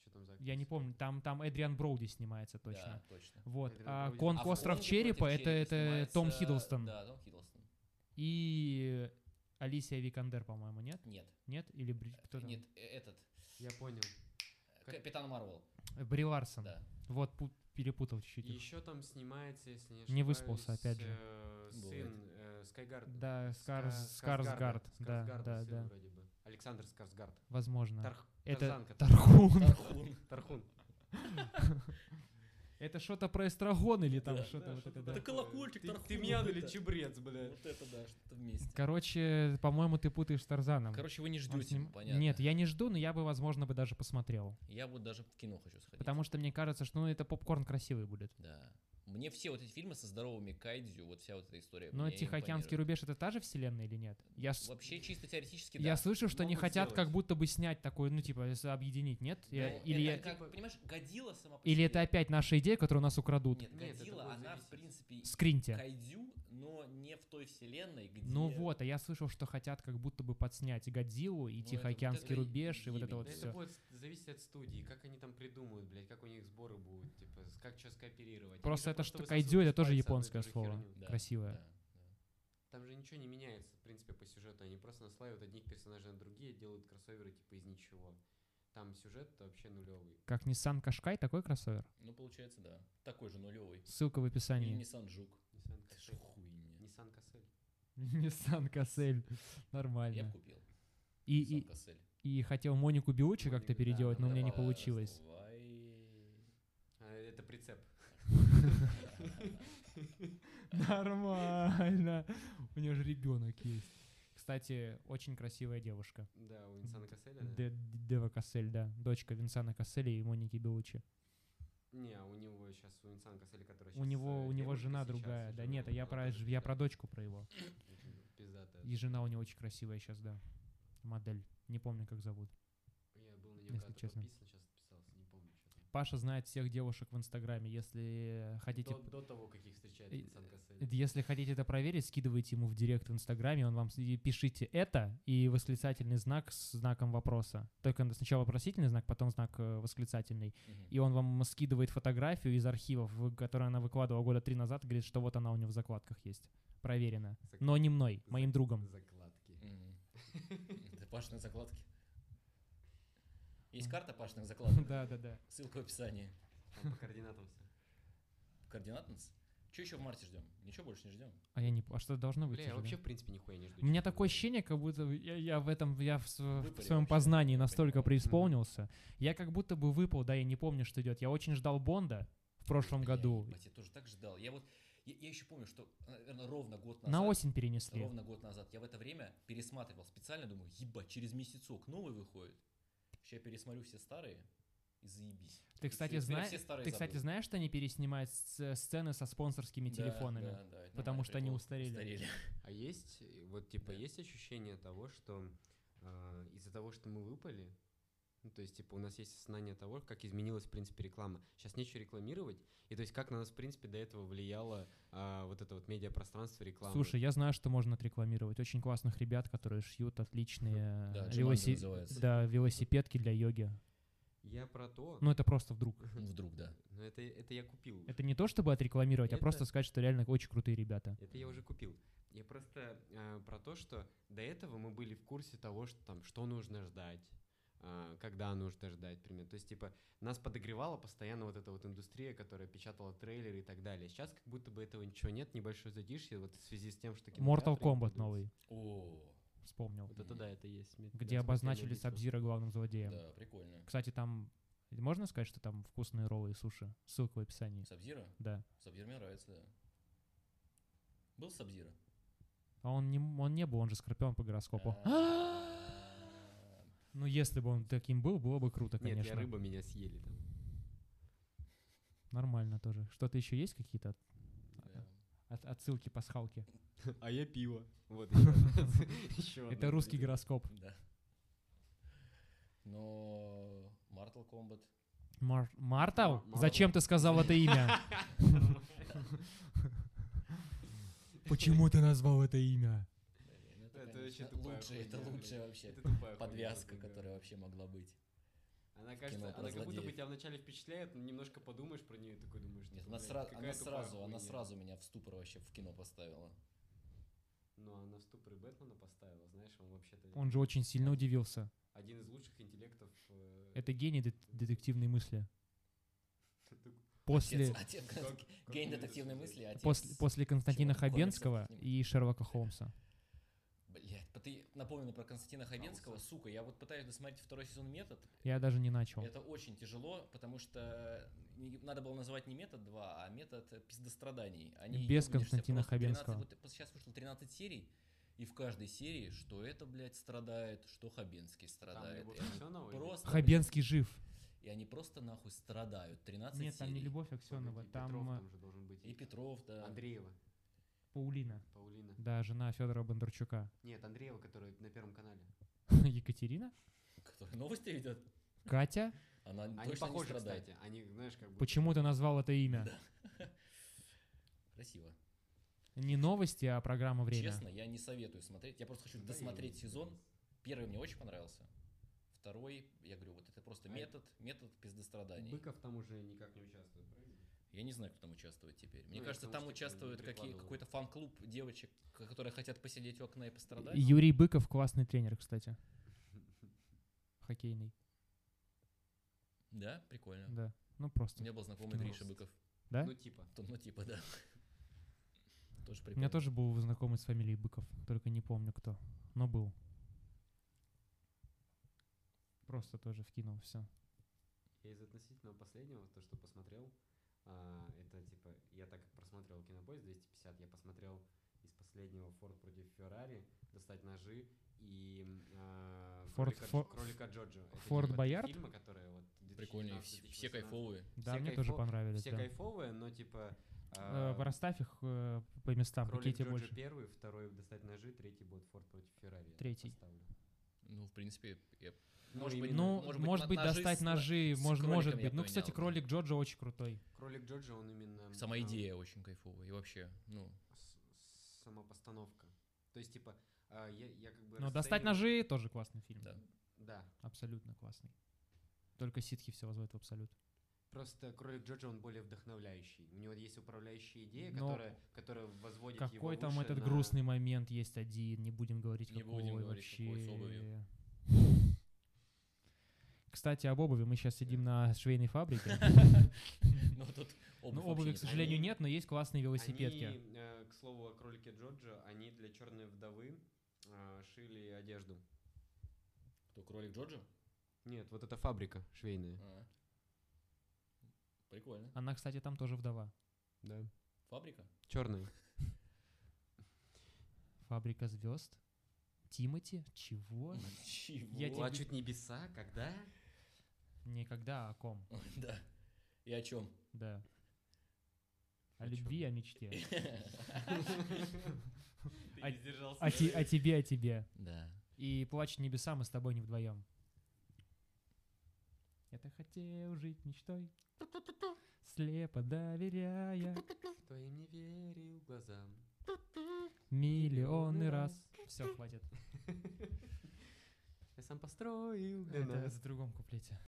Speaker 4: Что там за
Speaker 2: Я не
Speaker 4: актриса?
Speaker 2: помню, там, там Эдриан Броуди снимается
Speaker 1: Да,
Speaker 2: точно.
Speaker 1: точно.
Speaker 2: Вот.
Speaker 4: Эдриан
Speaker 2: А
Speaker 4: Броуди.
Speaker 2: Конг
Speaker 1: А в
Speaker 2: Остров
Speaker 1: «Конге
Speaker 2: Черепа
Speaker 1: против
Speaker 2: это,
Speaker 1: черепа»
Speaker 2: это
Speaker 1: снимается,
Speaker 2: Том Хиддлстон.
Speaker 1: Да, Том Хиддлстон.
Speaker 2: И Алисия Викандер, по-моему, нет?
Speaker 1: Нет,
Speaker 2: Нет? Или Бри... кто там?
Speaker 1: нет, э, этот,
Speaker 4: Я понял.
Speaker 1: э, Капитан Марвел,
Speaker 2: Э, Бри Ларсон.
Speaker 1: да.
Speaker 2: Вот, пу- перепутал чуть-чуть. их.
Speaker 4: Еще там снимается, если не ошибаюсь,
Speaker 2: Не выспался, опять же.
Speaker 4: э, Сын э, Скайгард.
Speaker 2: Да,
Speaker 4: Ска-
Speaker 2: Скарс, Скарсгард. Да,
Speaker 4: Скарсгарда
Speaker 2: да,
Speaker 4: сын
Speaker 2: да.
Speaker 4: вроде бы. Александр Скарсгард.
Speaker 2: Возможно.
Speaker 4: Тарх-
Speaker 2: Это
Speaker 4: Тарзанка.
Speaker 2: Тархун.
Speaker 1: Тархун.
Speaker 4: Тархун.
Speaker 2: Это что-то про эстрагон или там
Speaker 1: Да,
Speaker 2: что-то
Speaker 4: да,
Speaker 2: вот это,
Speaker 4: что-то
Speaker 2: да.
Speaker 1: Это колокольчик,
Speaker 4: Ты-
Speaker 1: Тархун.
Speaker 4: Тимьян
Speaker 1: вот
Speaker 4: или
Speaker 1: это.
Speaker 4: чебрец, бля.
Speaker 1: Вот это да, что-то вместе.
Speaker 2: Короче, по-моему, ты путаешь с Тарзаном.
Speaker 1: Короче, вы не
Speaker 2: Он
Speaker 1: ждете,
Speaker 2: сним-
Speaker 1: понятно.
Speaker 2: Нет, я не жду, но я бы, возможно, бы даже посмотрел.
Speaker 1: Я вот даже в кино хочу сходить.
Speaker 2: Потому что мне кажется, что ну, это попкорн красивый будет.
Speaker 1: Да. Мне все вот эти фильмы со здоровыми кайдзю, вот вся вот эта история.
Speaker 2: Но
Speaker 1: мне
Speaker 2: Тихоокеанский
Speaker 1: импонирует.
Speaker 2: рубеж это та же вселенная или нет? Я, с-
Speaker 1: Вообще чисто теоретически, да.
Speaker 2: я слышал, что они
Speaker 4: Могут
Speaker 2: хотят как
Speaker 4: сделать.
Speaker 2: будто бы снять такой, ну, типа, с- объединить, нет?
Speaker 1: Но
Speaker 2: Я- или,
Speaker 1: Ну, это
Speaker 2: я- типа-
Speaker 1: как, понимаешь, Годила сама по
Speaker 2: или
Speaker 1: себе.
Speaker 2: это опять наша идея, которую у нас украдут?
Speaker 1: Нет,
Speaker 4: Нет, это
Speaker 1: Годзилла,
Speaker 4: будет
Speaker 1: она, в
Speaker 4: зависеть.
Speaker 1: принципе,
Speaker 2: Скриньте.
Speaker 1: кайдзю, но не в той вселенной, где...
Speaker 2: Ну вот, а я слышал, что хотят как будто бы подснять Годзиллу и
Speaker 1: Ну, это-
Speaker 2: Тихоокеанский
Speaker 1: это
Speaker 2: рубеж, и вот
Speaker 1: ебень,
Speaker 2: это
Speaker 1: да,
Speaker 2: вот
Speaker 4: Да
Speaker 2: все.
Speaker 4: это будет с- зависеть от студии, как они там придумают, блядь, как у них сборы будут, типа, с- как что скооперировать. Они
Speaker 2: Просто
Speaker 4: же
Speaker 2: это что
Speaker 4: высасывают
Speaker 2: кайдзю,
Speaker 4: из
Speaker 2: это тоже
Speaker 4: пальца одну и
Speaker 2: японское
Speaker 4: ту же
Speaker 2: слово.
Speaker 4: херню.
Speaker 1: Да,
Speaker 2: Красивое.
Speaker 1: да, да.
Speaker 4: Там же ничего не меняется, в принципе, по сюжету. Они просто наслаивают одних персонажей на другие, делают кроссоверы, типа, из ничего. Там сюжет вообще нулевый.
Speaker 2: Как Nissan Кашкай, такой кроссовер.
Speaker 1: Ну, получается, да. Такой же нулевый.
Speaker 2: Ссылка в
Speaker 1: Или
Speaker 2: описании.
Speaker 1: Nissan Juke.
Speaker 4: Nissan
Speaker 1: Это
Speaker 4: Кассель.
Speaker 1: ж хуйня.
Speaker 4: Nissan Кассель.
Speaker 2: Nissan Кассель.
Speaker 1: Я б
Speaker 2: Нормально.
Speaker 1: купил.
Speaker 2: И,
Speaker 1: Сам
Speaker 2: и,
Speaker 1: Кассель.
Speaker 2: и хотел Монику Биучи как-то
Speaker 4: Монику, да,
Speaker 2: переделать, но у меня не
Speaker 1: Давай,
Speaker 2: получилось.
Speaker 1: давай.
Speaker 4: А, Это прицеп.
Speaker 2: Нормально. У нее же ребенок есть. Кстати, очень красивая девушка.
Speaker 4: Да, у Инсана Касселя, да?
Speaker 2: Д- Д- Дева Кассель, да. Дочка Винсана Касселя и Моники Белучи.
Speaker 4: Не, а у него сейчас, у Инсана Касселя, который
Speaker 2: У
Speaker 4: щас,
Speaker 2: него,
Speaker 4: э,
Speaker 2: у него
Speaker 4: девушка
Speaker 2: жена
Speaker 4: сейчас,
Speaker 2: другая. Да
Speaker 4: жена
Speaker 2: нет, а я
Speaker 4: была
Speaker 2: про,
Speaker 4: тоже
Speaker 2: ж- я про
Speaker 4: пиздатая.
Speaker 2: дочку про его.
Speaker 4: Пиздатая.
Speaker 2: И жена у него очень красивая сейчас, да. Модель. Не помню, как зовут.
Speaker 4: Я был на
Speaker 2: если
Speaker 4: него когда-то
Speaker 2: честно.
Speaker 4: подписан, сейчас подписался, не помню, что там.
Speaker 2: Паша знает всех девушек в Инстаграме. Если хотите,
Speaker 4: До, до того, как их встречает
Speaker 2: И- э,
Speaker 4: Инсан Кассель.
Speaker 2: если хотите это проверить, скидывайте ему в директ в Инстаграме, он вам с- и пишите это и восклицательный знак с знаком вопроса. Только надо сначала вопросительный знак, потом знак э, восклицательный.
Speaker 1: Мгм.
Speaker 2: И он вам скидывает фотографию из архивов, вы- которую она выкладывала года три назад, говорит, что вот она у него в закладках есть. Проверено.
Speaker 4: Зак-
Speaker 2: Но не мной, моим
Speaker 4: зак-
Speaker 2: другом.
Speaker 4: Закладки.
Speaker 1: Мгм. Это Пашины закладки. Есть
Speaker 2: Мгм.
Speaker 1: карта Пашных закладок?
Speaker 2: Да, да, да.
Speaker 1: Ссылка в описании.
Speaker 4: Там по координатам все.
Speaker 1: Координат нас? Че еще в марте ждем? Ничего больше не ждем.
Speaker 2: А я не... п- А что должно быть?
Speaker 4: Бля, я
Speaker 2: уже,
Speaker 4: вообще,
Speaker 2: да?
Speaker 4: в принципе, нихуя не жду.
Speaker 2: У меня
Speaker 4: честно
Speaker 2: такое
Speaker 4: говоря.
Speaker 2: ощущение, как будто я, я в этом, я в, с- в
Speaker 1: Выпали
Speaker 2: своем
Speaker 1: вообще,
Speaker 2: познании
Speaker 1: я
Speaker 2: настолько
Speaker 1: понимаю.
Speaker 2: преисполнился. Я как будто бы выпал, да, я не помню, что идет. Я очень ждал Бонда в прошлом
Speaker 1: Бля,
Speaker 2: году.
Speaker 1: ебать, я тоже так ждал. Я вот, я, еще помню, что, наверное, ровно год назад.
Speaker 2: На осень перенесли.
Speaker 1: Ровно год назад. Я в это время пересматривал специально, думаю, ебать, через месяцок новый выходит. Сейчас я пересмотрю все старые и заебись.
Speaker 2: Ты,
Speaker 1: И
Speaker 2: кстати,
Speaker 1: все-
Speaker 2: зна-
Speaker 1: все старые
Speaker 2: ты, кстати,
Speaker 1: забыл.
Speaker 2: знаешь, что они переснимают сц- сцены со спонсорскими
Speaker 1: Да,
Speaker 2: телефонами?
Speaker 1: да, да, это нормальный
Speaker 2: потому что они
Speaker 1: прикол.
Speaker 2: устарели.
Speaker 4: А есть, э, вот, типа,
Speaker 1: Да.
Speaker 4: есть ощущение того, что а, из-за того, что мы выпали, ну, то есть, типа, у нас есть осознание того, как изменилась, в принципе, реклама. Сейчас нечего рекламировать, и то есть, как на нас, в принципе, до этого влияло а, вот это вот медиапространство рекламы.
Speaker 2: Слушай, я знаю, что можно отрекламировать. Очень классных ребят, которые шьют отличные
Speaker 1: Да,
Speaker 2: э,
Speaker 1: Джуманджи
Speaker 2: велоси-
Speaker 1: называется.
Speaker 2: да, велосипедки для йоги.
Speaker 4: я про то...
Speaker 2: Ну, это просто вдруг.
Speaker 1: Ну, Вдруг, да.
Speaker 4: Ну, это, это я купил. уже.
Speaker 2: Это не то, чтобы отрекламировать, а
Speaker 4: Это-
Speaker 2: просто сказать, что реально очень крутые ребята.
Speaker 4: Это я уже купил. Я просто э, про то, что до этого мы были в курсе того, что там, что нужно ждать, а, когда нужно ждать, примерно. То есть, типа, нас подогревала постоянно вот эта вот индустрия, которая печатала трейлеры и так далее. Сейчас как будто бы этого ничего нет, небольшое задишье, вот в связи с тем, что кинотеатры
Speaker 2: Mortal
Speaker 4: не
Speaker 2: Kombat
Speaker 4: продаются.
Speaker 2: новый,
Speaker 1: О,
Speaker 2: вспомнил.
Speaker 4: Вот это да, это есть. Мне- я, кстати,
Speaker 2: Где
Speaker 4: я
Speaker 2: обозначили
Speaker 4: видел.
Speaker 2: Сабзира главным злодеем.
Speaker 1: да, прикольно.
Speaker 2: Кстати, там... Можно сказать, что там вкусные роллы и суши? Ссылка в описании.
Speaker 1: Сабзира?
Speaker 2: Да.
Speaker 1: Сабзира мне нравится, да. Был Сабзира?
Speaker 2: А он не, он не был, он же Скорпион по гороскопу.
Speaker 1: А.
Speaker 2: Ну, если бы он таким был, было бы круто,
Speaker 4: Нет, я
Speaker 2: конечно.
Speaker 4: рыба меня съели там.
Speaker 2: Нормально тоже. Что-то еще есть какие-то от-
Speaker 1: Да.
Speaker 2: от- отсылки, пасхалки?
Speaker 4: А я пиво. Вот еще. одна
Speaker 2: Это русский
Speaker 4: отсылка.
Speaker 2: гороскоп.
Speaker 1: Да. Но Mortal Kombat.
Speaker 2: Мар- Мартал?
Speaker 4: Мар-
Speaker 2: Зачем ты сказал это имя? Почему ты назвал это имя?
Speaker 1: блин,
Speaker 4: Это
Speaker 1: конечно,
Speaker 4: очень тупая
Speaker 1: лучше,
Speaker 4: хуйня,
Speaker 1: это
Speaker 4: блин.
Speaker 1: лучшая вообще
Speaker 4: Это тупая хуйня,
Speaker 1: подвязка,
Speaker 4: блин, да.
Speaker 1: которая вообще могла быть.
Speaker 4: Она кажется,
Speaker 1: кино про
Speaker 4: она как будто бы
Speaker 1: злодеев.
Speaker 4: тебя вначале впечатляет, но немножко подумаешь про нее и такой думаешь,
Speaker 1: Нет, она,
Speaker 4: «Ну, блядь,
Speaker 1: сра-
Speaker 4: какая
Speaker 1: она
Speaker 4: тупая
Speaker 1: сразу, она
Speaker 4: хуйня».
Speaker 1: сразу меня в ступор вообще в кино поставила.
Speaker 4: Но Ну, она в ступор и Бэтмена поставила, знаешь, он вообще-то
Speaker 2: Он же очень сильно удивился.
Speaker 4: один из лучших интеллектов. э,
Speaker 2: Это гений дет- детективной мысли.
Speaker 4: такой,
Speaker 2: После,
Speaker 1: Отец, отец,
Speaker 4: как-
Speaker 1: г-
Speaker 4: как
Speaker 1: гений
Speaker 4: он это
Speaker 1: детективной
Speaker 4: создает?
Speaker 1: мысли, отец.
Speaker 2: после, после Константина
Speaker 1: Шерлока Холмса
Speaker 2: Хабенского
Speaker 1: с ним.
Speaker 2: и Шерлока Холмса.
Speaker 1: Блять, ты напомнил про Константина Хабенского,
Speaker 4: Пауза.
Speaker 1: сука, я вот пытаюсь досмотреть второй сезон метод.
Speaker 2: Я даже не начал.
Speaker 1: Это очень тяжело, потому что э, не- надо было назвать не метод 2, а метод э, пиздостраданий. Они
Speaker 2: Без
Speaker 1: ебнешься
Speaker 2: Константина
Speaker 1: просто 13
Speaker 2: Хабенского.
Speaker 1: вот пос- сейчас вышло 13 серий, и в каждой серии, что это, блядь, страдает, что Хабенский
Speaker 4: Там
Speaker 1: страдает.
Speaker 4: Любовь
Speaker 1: И они
Speaker 4: Аксенова или-
Speaker 1: просто,
Speaker 2: Хабенский жив.
Speaker 1: блядь, И они просто нахуй страдают. 13
Speaker 2: Нет, там не
Speaker 1: серий.
Speaker 2: Любовь
Speaker 4: Погоди,
Speaker 2: Аксенова,
Speaker 4: Петров
Speaker 2: там э,
Speaker 4: же должен быть.
Speaker 1: И э, Петров, да.
Speaker 4: Андреева,
Speaker 2: Паулина.
Speaker 4: Паулина.
Speaker 2: Да, жена Федора Бондарчука.
Speaker 4: Нет, Андреева, которая на Первом канале.
Speaker 2: Екатерина?
Speaker 1: Который новости ведет.
Speaker 2: Катя?
Speaker 1: Она
Speaker 4: Они
Speaker 1: точно
Speaker 4: похожи,
Speaker 1: не страдает.
Speaker 4: кстати. Они, знаешь, как бы...
Speaker 2: Почему ты назвал это имя?
Speaker 1: Красиво.
Speaker 2: Не новости, а программа «Время».
Speaker 1: Честно, я не советую смотреть. Я просто хочу
Speaker 4: Да, я
Speaker 1: досмотреть
Speaker 4: не-
Speaker 1: сезон. Первый мне очень понравился. Второй, я говорю, вот это просто
Speaker 4: А-
Speaker 1: метод, метод пиздостраданий.
Speaker 4: Быков там уже никак не участвует, правильно?
Speaker 1: Я не знаю, кто там участвует теперь. Мне
Speaker 4: Ну, я
Speaker 1: кажется,
Speaker 4: потому
Speaker 1: там
Speaker 4: что
Speaker 1: участвует
Speaker 4: прикладывал.
Speaker 1: какие, какой-то фан-клуб девочек, к- которые хотят посидеть у окна и пострадать.
Speaker 2: Юрий Быков классный тренер, кстати. Хоккейный,
Speaker 1: Да, прикольно.
Speaker 2: да. Ну
Speaker 1: У
Speaker 2: просто.
Speaker 1: меня был знакомый Гриша
Speaker 4: Просто.
Speaker 1: Быков.
Speaker 2: Да?
Speaker 4: Ну, типа.
Speaker 1: То- Ну, типа, да. Тоже
Speaker 2: У меня
Speaker 1: прикольно.
Speaker 2: тоже был знакомый с фамилией Быков, только не помню кто, но был. Просто тоже вкинул все.
Speaker 4: Я из относительно последнего, то, что посмотрел, а, это типа, я так как просматривал кинопоезд 250, я посмотрел из последнего Форд против Феррари, достать ножи и м, а,
Speaker 2: Форд-
Speaker 4: кролика,
Speaker 2: Фор-
Speaker 4: кролика Джорджа. Это
Speaker 2: Форд
Speaker 4: типа
Speaker 2: Боярд?
Speaker 4: Фильмы, которые вот 2019,
Speaker 1: Прикольные, все, все
Speaker 4: 2018.
Speaker 1: кайфовые.
Speaker 2: Да,
Speaker 4: Все
Speaker 2: мне тоже
Speaker 4: кайфо-
Speaker 2: понравились.
Speaker 4: типа, Все
Speaker 2: да.
Speaker 4: кайфовые, но типа... а,
Speaker 2: Э, расставь их э, по местам, какие
Speaker 4: Кролик
Speaker 2: тебе
Speaker 4: Джорджа
Speaker 2: больше.
Speaker 4: первый, второй достать ножи, третий будет Форд против Феррари. я
Speaker 2: Третий.
Speaker 4: поставлю.
Speaker 1: Ну, в принципе, я-
Speaker 4: Ну,
Speaker 1: Может быть,
Speaker 4: именно
Speaker 2: Ну,
Speaker 1: может
Speaker 2: может,
Speaker 1: быть,
Speaker 2: быть,
Speaker 1: на- ножи
Speaker 2: достать
Speaker 1: с-
Speaker 2: ножи,
Speaker 1: с
Speaker 2: мож-
Speaker 1: кроликом
Speaker 2: может
Speaker 1: я
Speaker 2: быть. Ну,
Speaker 1: поменял,
Speaker 2: кстати,
Speaker 1: да.
Speaker 2: кролик Джорджа очень крутой.
Speaker 4: Кролик Джорджа, он именно...
Speaker 1: сама
Speaker 4: а,
Speaker 1: идея очень кайфовая. И вообще, ну,
Speaker 4: с- Сама постановка. То есть, типа, а, я, я как бы...
Speaker 2: Но достать
Speaker 4: расцениваю-
Speaker 2: ножи тоже классный фильм.
Speaker 1: да.
Speaker 4: Да.
Speaker 2: Абсолютно классный. Только ситхи все возводят в абсолют.
Speaker 4: Просто кролик Джорджа, он более вдохновляющий. У него есть управляющая идея,
Speaker 2: Но
Speaker 4: которая, которая возводит его
Speaker 2: какой там
Speaker 4: выше
Speaker 2: этот
Speaker 4: на-
Speaker 2: грустный момент есть один, не будем говорить,
Speaker 1: Не
Speaker 2: какой
Speaker 1: будем говорить,
Speaker 2: вообще.
Speaker 1: какой, с обувью.
Speaker 2: Кстати, об обуви. Мы сейчас сидим на швейной фабрике.
Speaker 1: Ну, тут обувь
Speaker 2: Ну,
Speaker 1: вообще
Speaker 2: обуви,
Speaker 1: не
Speaker 2: к сожалению,
Speaker 4: Они-
Speaker 2: нет, но есть классные велосипедки.
Speaker 4: Они, э, к слову о кролике Джорджа, они для черной вдовы э, шили одежду.
Speaker 1: Кто, кролик Джорджа?
Speaker 4: Нет, вот эта фабрика швейная.
Speaker 1: А. Прикольно.
Speaker 2: Она, кстати, там тоже вдова.
Speaker 4: Да.
Speaker 1: Фабрика?
Speaker 4: Черная.
Speaker 2: Фабрика звезд. Тимати? Чего? Я
Speaker 1: Чего?
Speaker 2: тебе-
Speaker 4: Плачут небеса, когда?
Speaker 2: Никогда о ком.
Speaker 1: Да. И о чем?
Speaker 2: Да. О
Speaker 4: О чём?
Speaker 2: любви, о мечте.
Speaker 4: Ты
Speaker 2: А-
Speaker 4: не сдержался.
Speaker 2: О, те- о тебе, о тебе.
Speaker 1: Да.
Speaker 2: И плачь небеса, мы с тобой не вдвоем. Я так хотел жить мечтой, слепо доверяя
Speaker 4: Твоим не верил глазам.
Speaker 2: миллионы раз. Все, хватит.
Speaker 4: Я сам построил для
Speaker 2: Это
Speaker 4: нас
Speaker 2: в другом куплете.